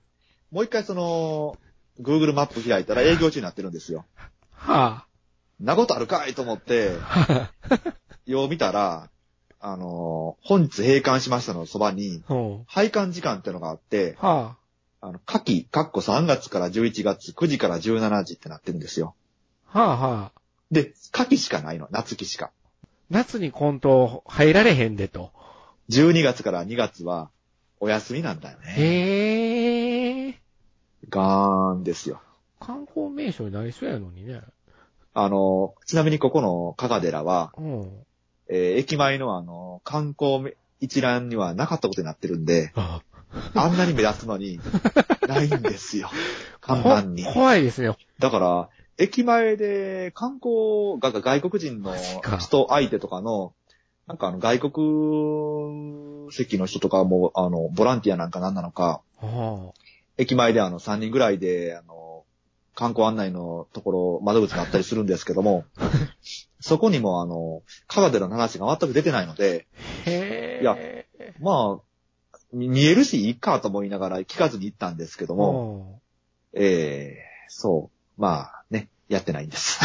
Speaker 2: もう一回その、Google マップ開いたら営業中になってるんですよ。
Speaker 1: は
Speaker 2: なことあるかいと思って、
Speaker 1: あ。
Speaker 2: よう見たら、あのー本日閉館しましたのそばに、
Speaker 1: うん。
Speaker 2: 配管時間ってのがあって、
Speaker 1: は
Speaker 2: あの、夏季、かっこ3月から11月、9時から17時ってなってるんですよ。
Speaker 1: あ。はあはあ。
Speaker 2: で、夏季しかないの、夏季しか。
Speaker 1: 夏にコント入られへんでと。
Speaker 2: 12月から2月は、お休みなんだよね。
Speaker 1: へえ。
Speaker 2: ガーンですよ。
Speaker 1: 観光名所になりそうやのにね。
Speaker 2: あのー、ちなみにここの加賀寺は、
Speaker 1: うん。
Speaker 2: えー駅前のあのー、観光一覧にはなかったことになってるんで、
Speaker 1: あ
Speaker 2: あんなに目立つのに、ないんですよ。看
Speaker 1: こ
Speaker 2: 板に。
Speaker 1: 怖いですね。
Speaker 2: だから、駅前で観光が外国人の
Speaker 1: か
Speaker 2: 人相手とかの、なんかあの外国籍の人とかも、あの、ボランティアなんかなんなのか、
Speaker 1: は
Speaker 2: 駅前であの3人ぐらいで、あの、観光案内のところ、窓口があったりするんですけ ども、そこにもあの、香川での話が全く出てないので、
Speaker 1: あ。へえ。
Speaker 2: いやまあ、に見えるし、いいかと思いながら聞かずに行ったんですけども、
Speaker 1: も
Speaker 2: ええそう。まあね、やってない んです。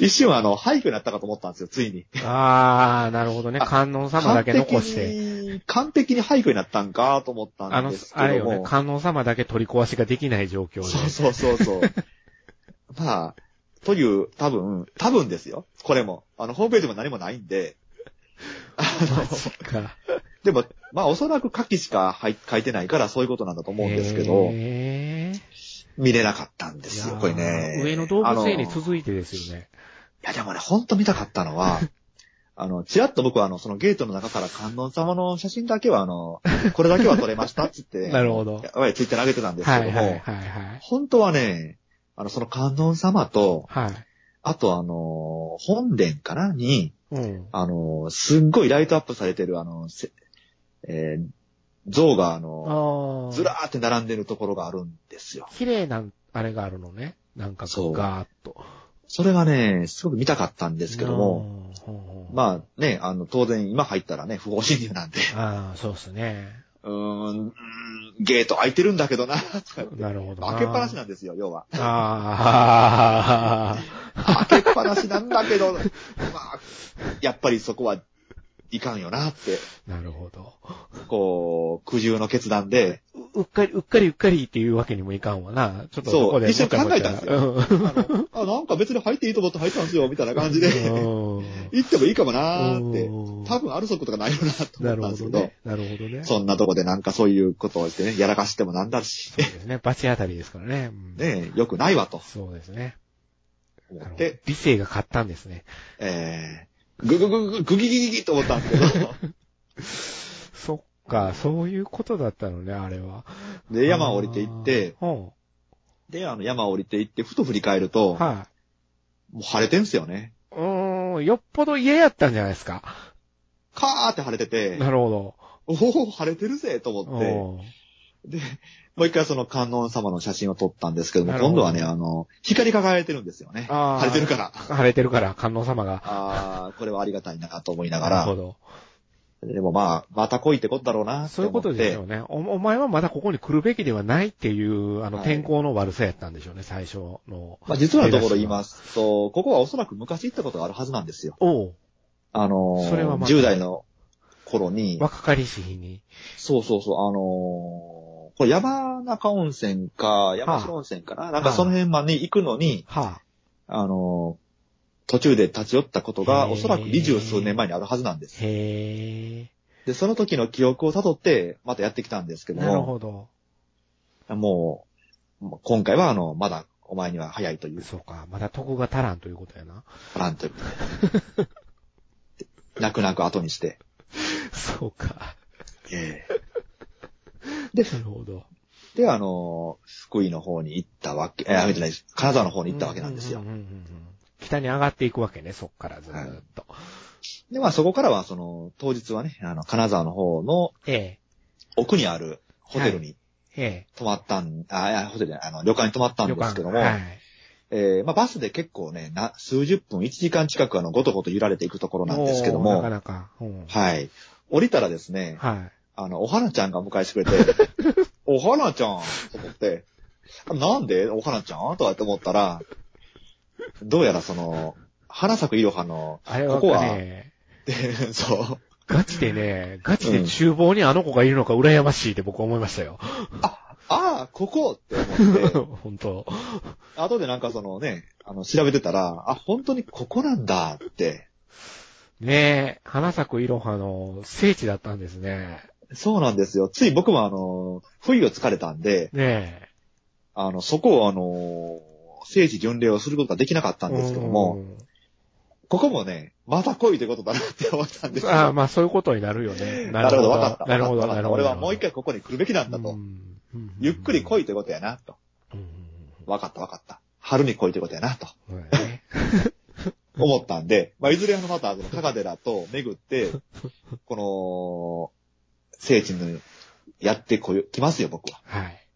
Speaker 2: 一瞬はあの、廃墟になったかと思ったんですよ、ついに。
Speaker 1: うん。ああ、なるほどね。
Speaker 2: あ
Speaker 1: 観音様だけ残して。
Speaker 2: 完璧に。完璧に廃墟になったんかと思った
Speaker 1: あ
Speaker 2: ん
Speaker 1: の
Speaker 2: です、け
Speaker 1: あれ
Speaker 2: ど
Speaker 1: よね
Speaker 2: も。。
Speaker 1: 観音様だけ取り壊しができない状況で。
Speaker 2: そうそうそうそう。 まあ、という、多分、多分ですよ。これも。あの、ホームページも何もないんで。あ
Speaker 1: マ
Speaker 2: の
Speaker 1: ジか。
Speaker 2: でも、まあ、おそらく夏季しか入っ書いてないから、そういうことなんだと思うんですけど、
Speaker 1: へえ。
Speaker 2: 見れなかったんです
Speaker 1: い
Speaker 2: よ、
Speaker 1: やー
Speaker 2: これね。
Speaker 1: 上野動物園に
Speaker 2: あの
Speaker 1: 続いてですよね。
Speaker 2: いや、でもね、ほんと見たかった のは、あの、ちらっと僕はあの、そのゲートの中から観音様の写真だけはあの、これだけは撮れましたっつって、
Speaker 1: なるほど
Speaker 2: やばい、ツイッター投げてたんですけ
Speaker 1: は
Speaker 2: ど
Speaker 1: い
Speaker 2: も、
Speaker 1: はいはいはい。
Speaker 2: 本当はね、あの、その観音様と、
Speaker 1: はい。
Speaker 2: あとあの、本殿かなに、
Speaker 1: うん。
Speaker 2: あの、すっごいライトアップされてるあの、せえー像があの、
Speaker 1: ああ。
Speaker 2: ずらーって並んでるところがあるんですよ。
Speaker 1: 綺麗な、あれがあるのね。なんか
Speaker 2: そう
Speaker 1: ガーッと。
Speaker 2: それがね、すごく見たかったんですけども、
Speaker 1: も
Speaker 2: まあね、あの、当然今入ったらね、不法侵入なんで、
Speaker 1: あ。ああ、そうですね。
Speaker 2: うーん、うーんゲート開いてるんだけどな、とか言って。
Speaker 1: なるほどな。
Speaker 2: 開けっぱなしなんですよ、要は。
Speaker 1: あ
Speaker 2: 開けっぱなしなんだけど、ま あ、やっぱりそこはいかんよなって、
Speaker 1: あ。 なるほど。
Speaker 2: こう、苦渋の決断で、
Speaker 1: ううっかり、うっかり、うっかりっていうわけにもいかんわな。ちょっと
Speaker 2: そう
Speaker 1: そこで。
Speaker 2: 一緒に考えたんです
Speaker 1: よ。
Speaker 2: あの、あ、なんか別に入っていいと思って入ったんですよ、みたいな感じで、
Speaker 1: うん
Speaker 2: 行ってもいいかもなーって、
Speaker 1: うん
Speaker 2: 多分あるそことかないよなと思
Speaker 1: な
Speaker 2: っ
Speaker 1: る
Speaker 2: たん
Speaker 1: ほ
Speaker 2: で
Speaker 1: ど
Speaker 2: すけど
Speaker 1: ね、。なるほどね。
Speaker 2: そんなとこでなんかそういうことをしてね、やらかしてもなんだし、
Speaker 1: そうですね。罰当たりですからね。うん
Speaker 2: ね、良くないわと
Speaker 1: そうですね。
Speaker 2: 思
Speaker 1: なる
Speaker 2: っ
Speaker 1: ほど
Speaker 2: て、
Speaker 1: 理性が勝ったんですね。
Speaker 2: えー、ぐぐぐぐぐぎぎぎぎと思ったんですけ ど、
Speaker 1: そっか、そういうことだったのね、あれは。
Speaker 2: で、山を降りていって、
Speaker 1: あー、うん
Speaker 2: で、あの、山を降りていって、ふと振り返ると、
Speaker 1: は
Speaker 2: もう晴れてんすよね。
Speaker 1: い。うーん、よっぽど嫌やったんじゃないですか。
Speaker 2: カーって晴れてて、
Speaker 1: なるほ
Speaker 2: おお、晴れてるぜと
Speaker 1: ど。
Speaker 2: 思って、
Speaker 1: おー
Speaker 2: で、もう一回その観音様の写真を撮ったんですけども、
Speaker 1: なるほど
Speaker 2: 今度はね、あの、光り輝いてるんですよね。
Speaker 1: あー
Speaker 2: 晴れてるから。
Speaker 1: 晴れてるから、観音様が。
Speaker 2: ああ、 これはありがたいなと思いなが
Speaker 1: なるほ
Speaker 2: ら、
Speaker 1: ど。
Speaker 2: でもまあ、また来いってことだろうなって
Speaker 1: そうい
Speaker 2: 思
Speaker 1: う
Speaker 2: って。
Speaker 1: ことでしょうねお。お前はまだここに来るべきではないっていう、あの、
Speaker 2: はい
Speaker 1: 天候の悪さやったんでしょうね、最初の。
Speaker 2: まあ、実はところ言い
Speaker 1: す。
Speaker 2: ますと、ここはおそらく昔行ったことがあるはずなんですよ。
Speaker 1: おう、
Speaker 2: あのー
Speaker 1: それはまた
Speaker 2: 10代の頃に、
Speaker 1: 若かりし日に。
Speaker 2: そうそうそう、あのーこれ山中温泉か、山城温泉かな、なんかその辺まで行くのに、
Speaker 1: は
Speaker 2: あのー途中で立ち寄ったこと
Speaker 1: へ
Speaker 2: が、
Speaker 1: ー
Speaker 2: おそらく二十数年前にあるはずなんで
Speaker 1: あ、
Speaker 2: す。
Speaker 1: へ
Speaker 2: で、その時の記憶を辿って、またやってきたんですけ
Speaker 1: え。
Speaker 2: ど
Speaker 1: なる
Speaker 2: も、
Speaker 1: ほど。
Speaker 2: もう、もう今回はあの、まだお前には早いという、
Speaker 1: そうか、まだ得が足らんということやな。
Speaker 2: なんという。 泣く泣く後にして、
Speaker 1: そうか。
Speaker 2: え
Speaker 1: なるほど。
Speaker 2: えで、あのー福井の方に行ったわけ、えー、じゃないです。金沢の方に行ったわけなんですよ。
Speaker 1: うううんうんうん北に上がっていくわけね、そっからずーっと。
Speaker 2: で、まあそこからは、その、当日はね、あの、金沢の方の、
Speaker 1: ええ。
Speaker 2: 奥にあるホテルに
Speaker 1: え
Speaker 2: 泊まったん、あいや、ホテルじゃない、あの、旅館に泊まった
Speaker 1: え。
Speaker 2: ん
Speaker 1: 旅
Speaker 2: ですけ
Speaker 1: 館
Speaker 2: ども、
Speaker 1: はい。
Speaker 2: えーまあ、バスで結構ね、な、数十分、1時間近く、あの、ごとごと揺られていくところなんですけど
Speaker 1: お
Speaker 2: も、
Speaker 1: ーなかなか。うん
Speaker 2: はい。降りたらですね、
Speaker 1: はい。
Speaker 2: あの、お花ちゃんが迎えしてくれて、 お花ちゃんと思って、あなんでお花ちゃんとかって思ったら、どうやらその、花咲くいろはの、
Speaker 1: あれ
Speaker 2: こ
Speaker 1: は
Speaker 2: こは
Speaker 1: ね、
Speaker 2: でそう。
Speaker 1: ガチでね、ガチで厨房にあの子がいるのか羨ましいって僕思いましたよ。
Speaker 2: ああ、ここって思って、
Speaker 1: 本当。
Speaker 2: 後でなんかそのね、あの、調べてたら、あ、本当にここなんだって。
Speaker 1: ねえ、花咲くいろはの聖地だったんですね。
Speaker 2: そうなんですよ。つい僕もあの、冬を疲れたんで、
Speaker 1: ねえ。
Speaker 2: あの、そこをあの、聖地巡礼をすることができなかったんですけど
Speaker 1: う
Speaker 2: も、
Speaker 1: ん。
Speaker 2: ここもね、また来いということだなって思ったんですよ。
Speaker 1: ああ、まあそういうことになるよね。
Speaker 2: なるほど、わ
Speaker 1: わ
Speaker 2: かった。
Speaker 1: なるほど、
Speaker 2: わかった
Speaker 1: なるほど。
Speaker 2: 俺はもう一回ここに来るべきなんだ
Speaker 1: う
Speaker 2: と。
Speaker 1: ん。
Speaker 2: ゆっくり来
Speaker 1: い。
Speaker 2: いということやな、と。
Speaker 1: うん
Speaker 2: わかった、わかった。春に来いということやな、と
Speaker 1: そうだね
Speaker 2: 思った んで、まあ、いずれあのまた、あの、高寺と巡って、この、聖地にやってこよ、来ますよ、僕は。
Speaker 1: はい。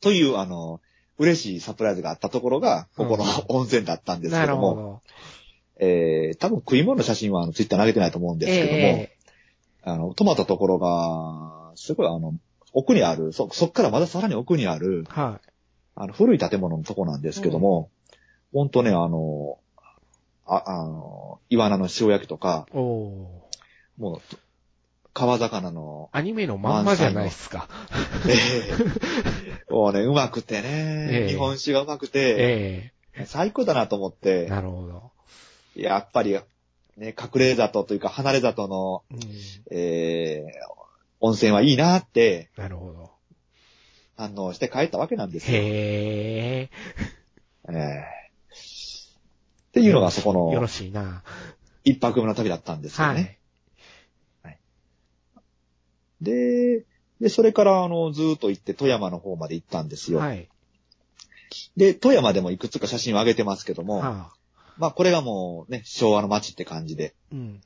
Speaker 2: という、あの、嬉しいサプライズがあったところが、ここの
Speaker 1: う
Speaker 2: 温泉だったんです
Speaker 1: な
Speaker 2: け
Speaker 1: る
Speaker 2: ど
Speaker 1: ほ
Speaker 2: も、
Speaker 1: ど。
Speaker 2: えー、多分食い物の写真はあの、ツイッター投げてないと思うんですけども、あの、泊まったところが、すごいあの、奥にある、そ、そっからまださらに奥にある、
Speaker 1: えは
Speaker 2: あの、古い建物のとこなんですけども、ほんとね、あの、あ、あの、イワナの塩焼きとか、
Speaker 1: い。おおー。
Speaker 2: もう、川 魚の、
Speaker 1: アニメのまんまじゃないっすか。
Speaker 2: ええもうね、うまくてね、
Speaker 1: ええ
Speaker 2: 日本酒がうまくて、
Speaker 1: え
Speaker 2: 最高だなと思っ
Speaker 1: え
Speaker 2: て、
Speaker 1: なるほど。
Speaker 2: やっぱり、ね、隠れ里というか離れ里の、
Speaker 1: うん。
Speaker 2: ええ温泉はいいなって
Speaker 1: なるほど。
Speaker 2: 反応して帰ったわけなんですよ。
Speaker 1: へえ。
Speaker 2: ええっていうのがそこ
Speaker 1: よろ
Speaker 2: の
Speaker 1: しいな。
Speaker 2: 一泊目の旅だったんですよ
Speaker 1: は
Speaker 2: ね。
Speaker 1: い。
Speaker 2: で、で、それから、あの、ずーっと行って富山の方まで行ったんですよ。
Speaker 1: はい。
Speaker 2: で、富山でもいくつか写真を上げてますけども、
Speaker 1: はあ。
Speaker 2: まあ、これがもうね、昭和の街って感じで、
Speaker 1: うん。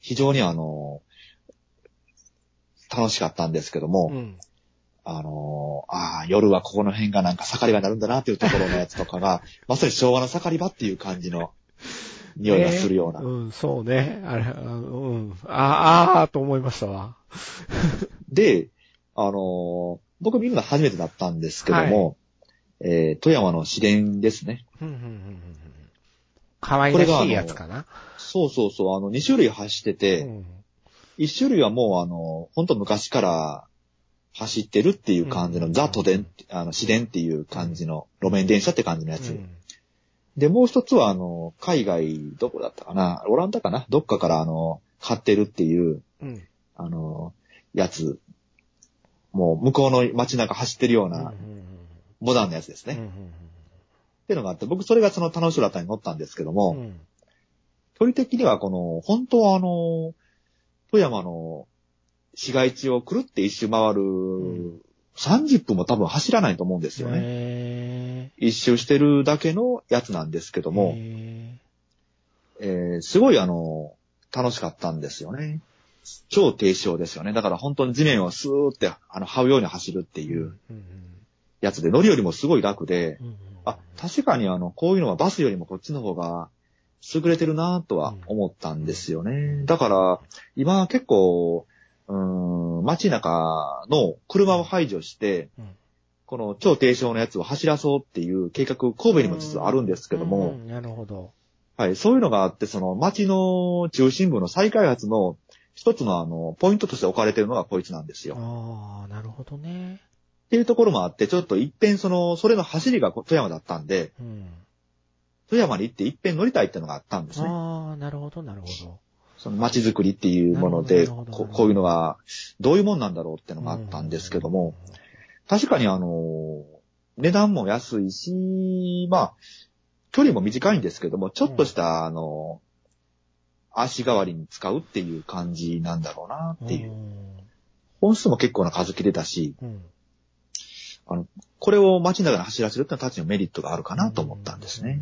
Speaker 2: 非常にあの、楽しかったんですけども、
Speaker 1: うん。
Speaker 2: あの、ああ、夜はここの辺がなんか盛り場になるんだなっていうところのやつとかが、まさに昭和の盛り場っていう感じの匂いがするような。
Speaker 1: うん、そうね。あれ、あうん。ああー、と思いましたわ。
Speaker 2: で、あの、僕見るの初めてだったんですけども、えー富山の市電ですね。
Speaker 1: うんうんうんうんうん可愛らしいやつかな。
Speaker 2: そうそうそう、あの、2種類走って
Speaker 1: う
Speaker 2: て、
Speaker 1: ん
Speaker 2: 一1種類はもうあの、ほんと昔から走ってるっていう感じの、
Speaker 1: うん
Speaker 2: ザ都電、あの、市電っていう感じの、路面電車って感じのやつ。
Speaker 1: うん
Speaker 2: で、もう一つはあの、海外、どこだったかな、オランダかな、どっかからあの、買ってるっていう、
Speaker 1: うん。
Speaker 2: あの、やつ。もう、向こうの街中走ってるよう
Speaker 1: うんうん
Speaker 2: な、
Speaker 1: うん
Speaker 2: モダンなやつですね。
Speaker 1: う
Speaker 2: っ
Speaker 1: んうん
Speaker 2: ていうのがあって、僕それがその楽しそうだったに乗ったんですけども、
Speaker 1: うんうん
Speaker 2: 距離的にはこの、本当はあの、富山の市街地をくるって一周回る、
Speaker 1: ん
Speaker 2: 30分も多分走らないと思うんですよね。
Speaker 1: へ
Speaker 2: 一周してるだけのやつなんですけど
Speaker 1: ー
Speaker 2: も、
Speaker 1: へ
Speaker 2: えーすごいあの、楽しかったんですよね。超低床ですよね。だから本当に地面をスーって、あの、這うように走るって
Speaker 1: ー
Speaker 2: いう
Speaker 1: うん
Speaker 2: やつで、乗りよりもすごい楽で、
Speaker 1: うんうん
Speaker 2: あ、確かにあの、こういうのはバスよりもこっちの方が優れてるなとは思ったんですよね。だから、今結構、うーん、街中の車を排除して
Speaker 1: うん、
Speaker 2: この超低床のやつを走らそうっていう計画、神戸にも実はあるんですけど
Speaker 1: う
Speaker 2: も
Speaker 1: ん、うんなるほど。
Speaker 2: はい、そういうのがあって、その街の中心部の再開発の一つのあの、ポイントとして置かれてるのがこいつなんですよ。
Speaker 1: ああ、なるほどね。
Speaker 2: っていうところもあって、ちょっと一遍その、それの走りが富山だったんで、
Speaker 1: うん。
Speaker 2: 富山に行って一遍乗りたいっていうのがあったんですね。
Speaker 1: ああ、なるほど、なるほど。
Speaker 2: その街づくりっていうもの
Speaker 1: な
Speaker 2: で、
Speaker 1: るほどなるほ
Speaker 2: こ
Speaker 1: ど
Speaker 2: こういうのがどういうもんなんだろうってのがあったんですけども、確かにあの、値段も安いし、まあ、距離も短いんですけども、ちょっとしたあの、足代わりに使うっていう感じなんだろうな
Speaker 1: うん、
Speaker 2: っていう。
Speaker 1: ん
Speaker 2: 本数も結構な数切れだし、
Speaker 1: うん。
Speaker 2: これを街の中で走らせるってのはたちのメリットがあるかなと思ったんですね。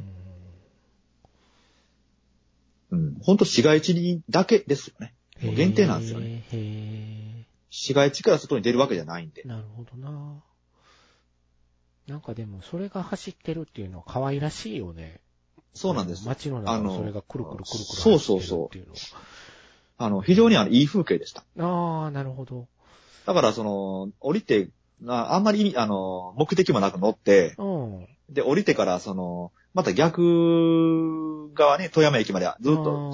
Speaker 2: うん。本当市街地にだけですよね。
Speaker 1: うん。
Speaker 2: もう限定なんですよね
Speaker 1: へー。へ
Speaker 2: 市街地から外に出るわけじゃないんで。
Speaker 1: なるほどな。なんかでも、それが走ってるっていうのは可愛らしいよね。
Speaker 2: そうなんです。
Speaker 1: 街の中
Speaker 2: あの
Speaker 1: のそれがくるくるくるくる
Speaker 2: そうそうそ
Speaker 1: 走
Speaker 2: う
Speaker 1: ってるっていう
Speaker 2: あの、非常にあの、いい風景でした。
Speaker 1: の。ああ、なるほど。
Speaker 2: だから、その、降りて、ああんまり意味、あの、目的もなく乗って、
Speaker 1: うん。
Speaker 2: で、降りてから、その、また逆側に富山駅までずっと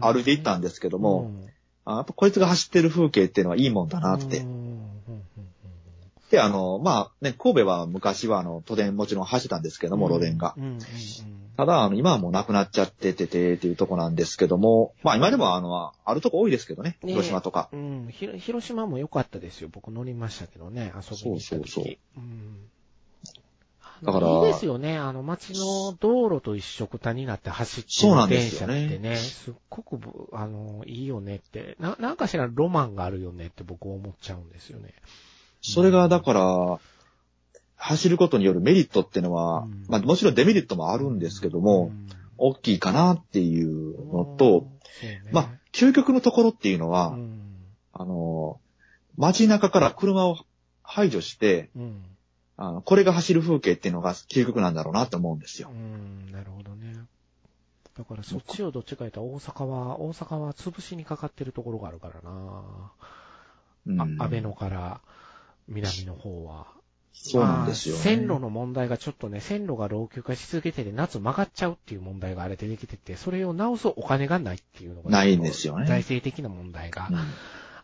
Speaker 1: あー
Speaker 2: 歩いていったんですけども、、
Speaker 1: なる
Speaker 2: あやっぱこいつが走ってる風景っていうのはいいもんだ
Speaker 1: ほど
Speaker 2: なっ
Speaker 1: ね
Speaker 2: て
Speaker 1: うん。うんうんうん
Speaker 2: で、あの、まあ、ね、神戸は昔は、あの、都電もちろん走ってたんですけども、路電が。
Speaker 1: うんうんうん
Speaker 2: ただ、あの、今はもうなくなっちゃっててて、っていうとこなんですけども、まあ、今でも、あの、あるとこ多いですけどね、
Speaker 1: ねえ
Speaker 2: 広島とか。
Speaker 1: うん、ひろ広島も良かったですよ。僕乗りましたけどね、遊びに行った時。
Speaker 2: そうそうそう
Speaker 1: うん
Speaker 2: だから
Speaker 1: いいですよね。あの、街の道路と一緒くたになって走って
Speaker 2: そう
Speaker 1: る
Speaker 2: なんで
Speaker 1: 電
Speaker 2: す
Speaker 1: 車
Speaker 2: よ
Speaker 1: って
Speaker 2: ね
Speaker 1: ね、すっごくぼ、あの、いいよねって、な、なんかしらロマンがあるよねって僕思っちゃうんですよね。
Speaker 2: それが、だから、走ることによるメリットっての
Speaker 1: う
Speaker 2: は
Speaker 1: ん、
Speaker 2: まあ、もちろんデメリットもあるんですけども、大きいかなっていう
Speaker 1: うん、
Speaker 2: のと、
Speaker 1: そうね、
Speaker 2: まあ、究極のところっていうの
Speaker 1: う
Speaker 2: は、
Speaker 1: ん、
Speaker 2: あの、街中から車を排除して、
Speaker 1: うん、
Speaker 2: あの、これが走る風景っていうのが究極なんだろうなと思うんですよ
Speaker 1: う。ん、なるほどね。だから、そっちをどっちか言ったら大阪は、大阪は潰しにかかってるところがあるからな。
Speaker 2: うん
Speaker 1: あ安倍のから南の方は。
Speaker 2: そうなんですよ、ね。
Speaker 1: まあ線路の問題がちょっとね、線路が老朽化し続けてて、夏曲がっちゃうっていう問題があれでできてて、それを直すお金がないっていうのが。
Speaker 2: ないんですよね
Speaker 1: 財政的な問題が
Speaker 2: うん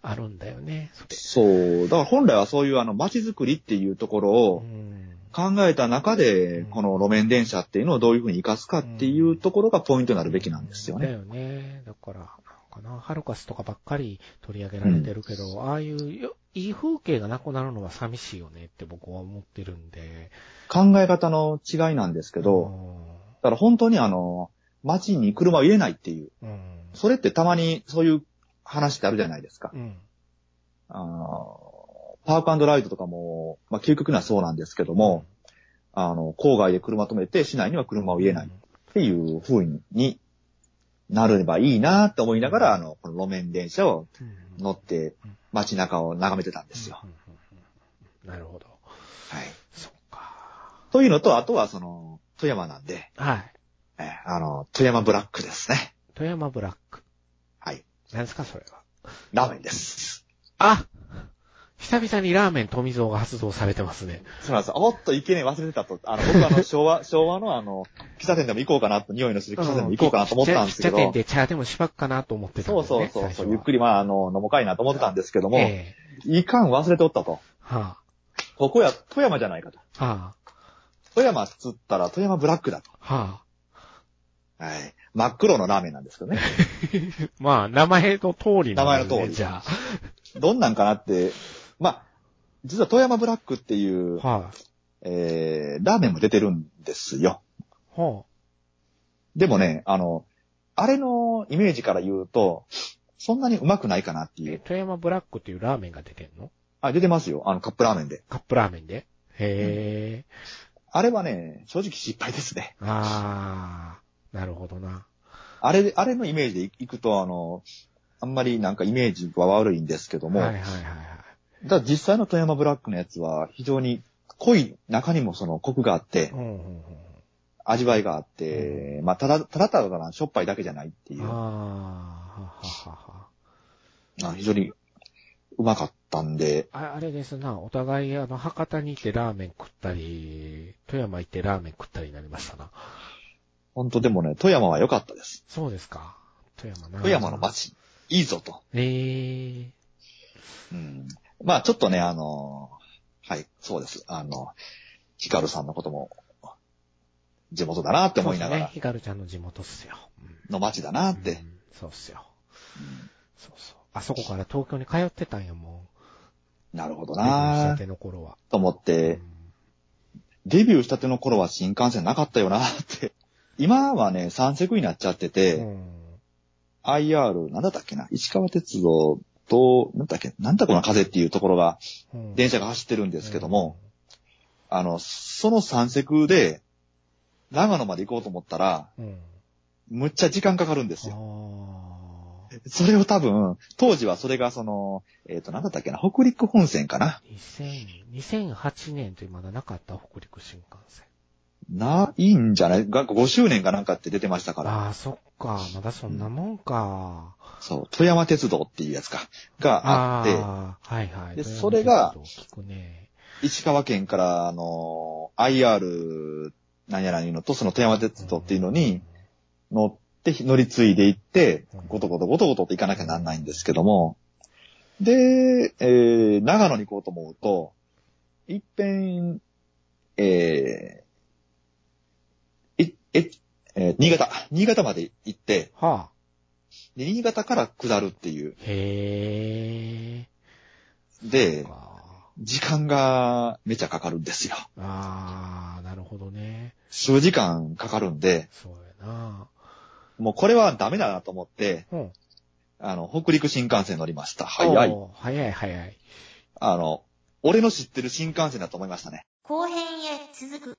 Speaker 1: あるんだよね。それ
Speaker 2: そう。だから本来はそういうあの街づくりっていうところ
Speaker 1: う
Speaker 2: を
Speaker 1: ん
Speaker 2: 考えた中で、
Speaker 1: うん
Speaker 2: この路面電車っていうのをどういうふうに活かすかっていうところがポイントになるべきなんですよ
Speaker 1: だ
Speaker 2: ね。
Speaker 1: よね。だから、なんかな、ハルカスとかばっかり取り上げられてるけど、ああいうよいい風景がなくなるのは寂しいよねって僕は思ってるんで。
Speaker 2: 考え方の違いなんですけど、だから本当にあの、街に車を入れないっていう、
Speaker 1: うん、
Speaker 2: それってたまにそういう話ってあるじゃないですか。
Speaker 1: うん。うん。
Speaker 2: あのパークライトとかも、まあ、究極にはそうなんですけども、あの、郊外で車止めて市内には車を入れない。っていう風になればいいなと思いながら、あの、この路面電車を
Speaker 1: うん。
Speaker 2: 乗って街中を眺めてたんですよ。
Speaker 1: うんうんうんなるほど。
Speaker 2: はい。
Speaker 1: そっか。
Speaker 2: というのと、あとはその、富山なんで、
Speaker 1: はい。
Speaker 2: えあの、富山ブラックですね。
Speaker 1: 富山ブラック。
Speaker 2: はい。
Speaker 1: 何ですか、それは。
Speaker 2: ラーメンです。
Speaker 1: あ久々にラーメン富蔵が発動されてますね。
Speaker 2: そうなんですよ。おっと、いけねえ忘れてたと。あの、僕はあ の、昭和、昭和のあの、喫茶店でも行こうかなと、匂いのする喫茶店でも行こうかなと思ったんですけ
Speaker 1: 喫茶
Speaker 2: ど
Speaker 1: 店、で茶でもしばくかなと思ってたん
Speaker 2: そう
Speaker 1: です
Speaker 2: そう
Speaker 1: ね。
Speaker 2: そうそう、
Speaker 1: 最初は
Speaker 2: ゆっくりまあ、あの、飲もうかいなと思ってたんですけども、
Speaker 1: ええ
Speaker 2: いかん忘れておったと。
Speaker 1: は
Speaker 2: ここや、富山じゃないかと。
Speaker 1: あ、は
Speaker 2: 富山っつったら富山ブラックだと。
Speaker 1: あ、は
Speaker 2: はい。真っ黒のラーメンなんですけどね。
Speaker 1: あ。まあ、名前の通りなんですね
Speaker 2: 名前の通り
Speaker 1: じゃ
Speaker 2: どんなんかなって、まあ、実は富山ブラックっていう、
Speaker 1: あ。はい、
Speaker 2: えー、ラーメンも出てるんですよ。
Speaker 1: ほ
Speaker 2: でもね、あの、あれのイメージから言うと、そんなにうまくないかなって
Speaker 1: う。
Speaker 2: い
Speaker 1: え
Speaker 2: う。
Speaker 1: 富山ブラックっていうラーメンが出てんの
Speaker 2: あ、出てますよ。あの、カップラーメンで。
Speaker 1: カップラーメンで。へえ、
Speaker 2: あれはね、正直失敗ですね。
Speaker 1: ああ、なるほどな。
Speaker 2: あれ、あれのイメージでいくと、あの、あんまりなんかイメージは悪いんですけども、
Speaker 1: はいはいはいはい。
Speaker 2: ただ実際の富山ブラックのやつは非常に濃い中にもそのコクがあって
Speaker 1: う、んうん
Speaker 2: 味わいがあって、まあ、ただ、ただただなしょっぱいだけじゃないって
Speaker 1: う
Speaker 2: い
Speaker 1: ん。
Speaker 2: う、
Speaker 1: ああはは
Speaker 2: あ、
Speaker 1: はは。
Speaker 2: 非常にうまかったんで、
Speaker 1: ああれですな、お互い、あの、博多に行ってラーメン食ったり、富山行ってラーメン食ったりになりましたな。
Speaker 2: 本当でもね、富山は良かったです。
Speaker 1: そうですか。富山な。
Speaker 2: 富山の。街、いいぞと。
Speaker 1: えー、
Speaker 2: うん、まあ、ちょっとね、あのーはい、そうです。あの、ヒカルさんのことも、地元だなって思いな
Speaker 1: そう
Speaker 2: が
Speaker 1: ですね
Speaker 2: ら、
Speaker 1: ひかるちゃんの地元っすよ。うん
Speaker 2: の街だなっ
Speaker 1: う
Speaker 2: て、
Speaker 1: んそうっすよ。そうそう。あそこから東京に通ってたんや、も
Speaker 2: なるほど
Speaker 1: う。デビューし
Speaker 2: な
Speaker 1: たての頃は。
Speaker 2: と思っ
Speaker 1: う
Speaker 2: て、
Speaker 1: ん
Speaker 2: デビューしたての頃は新幹線なかったよなって。今はね、三色になっちゃってて、
Speaker 1: うん。
Speaker 2: IR、なんだったっけな、石川鉄道と、なんだっけ、なんだこの風っていうところが、
Speaker 1: うん
Speaker 2: 電車が走ってるんですけども、、あの、その三石で、長野まで行こうと思ったら、
Speaker 1: うん。うん
Speaker 2: むっちゃ時間かかるんですよ。
Speaker 1: あ
Speaker 2: それを多分、当時はそれがその、えっ、と、なんだったっけな、北陸本線かな
Speaker 1: 2000 2008年というまだなかった北陸新幹線。
Speaker 2: ないんじゃないが ?5 周年かなんかって出てましたから。
Speaker 1: ああ、そっか。まだそんなもんか。
Speaker 2: そう、富山鉄道っていうやつか。があって、
Speaker 1: ああ、はいはい。
Speaker 2: でそれが
Speaker 1: 富山鉄道聞くね。
Speaker 2: 石川県から、あの、IR なんやらいうのと、その富山鉄道っていうのに乗って、乗り継いでいって
Speaker 1: うん、
Speaker 2: ごとごとごとごとって行かなきゃなんないんですけども、で、えー、長野に行こうと思うと、いっぺん、えー、い、え、えー新潟、新潟まで行って、
Speaker 1: はあ。
Speaker 2: で新潟から下るっていう。
Speaker 1: へえ。
Speaker 2: で
Speaker 1: そっ、か
Speaker 2: 時間がめちゃかかるんですよ。
Speaker 1: ああ、なるほどね。
Speaker 2: 数時間かかるんで、
Speaker 1: そうやな。
Speaker 2: もうこれはダメだなと思って、
Speaker 1: うん。
Speaker 2: あの、北陸新幹線乗りました。早い。
Speaker 1: おー。早い早い。
Speaker 2: あの、俺の知ってる新幹線だと思いましたね。
Speaker 3: 後編へ続く。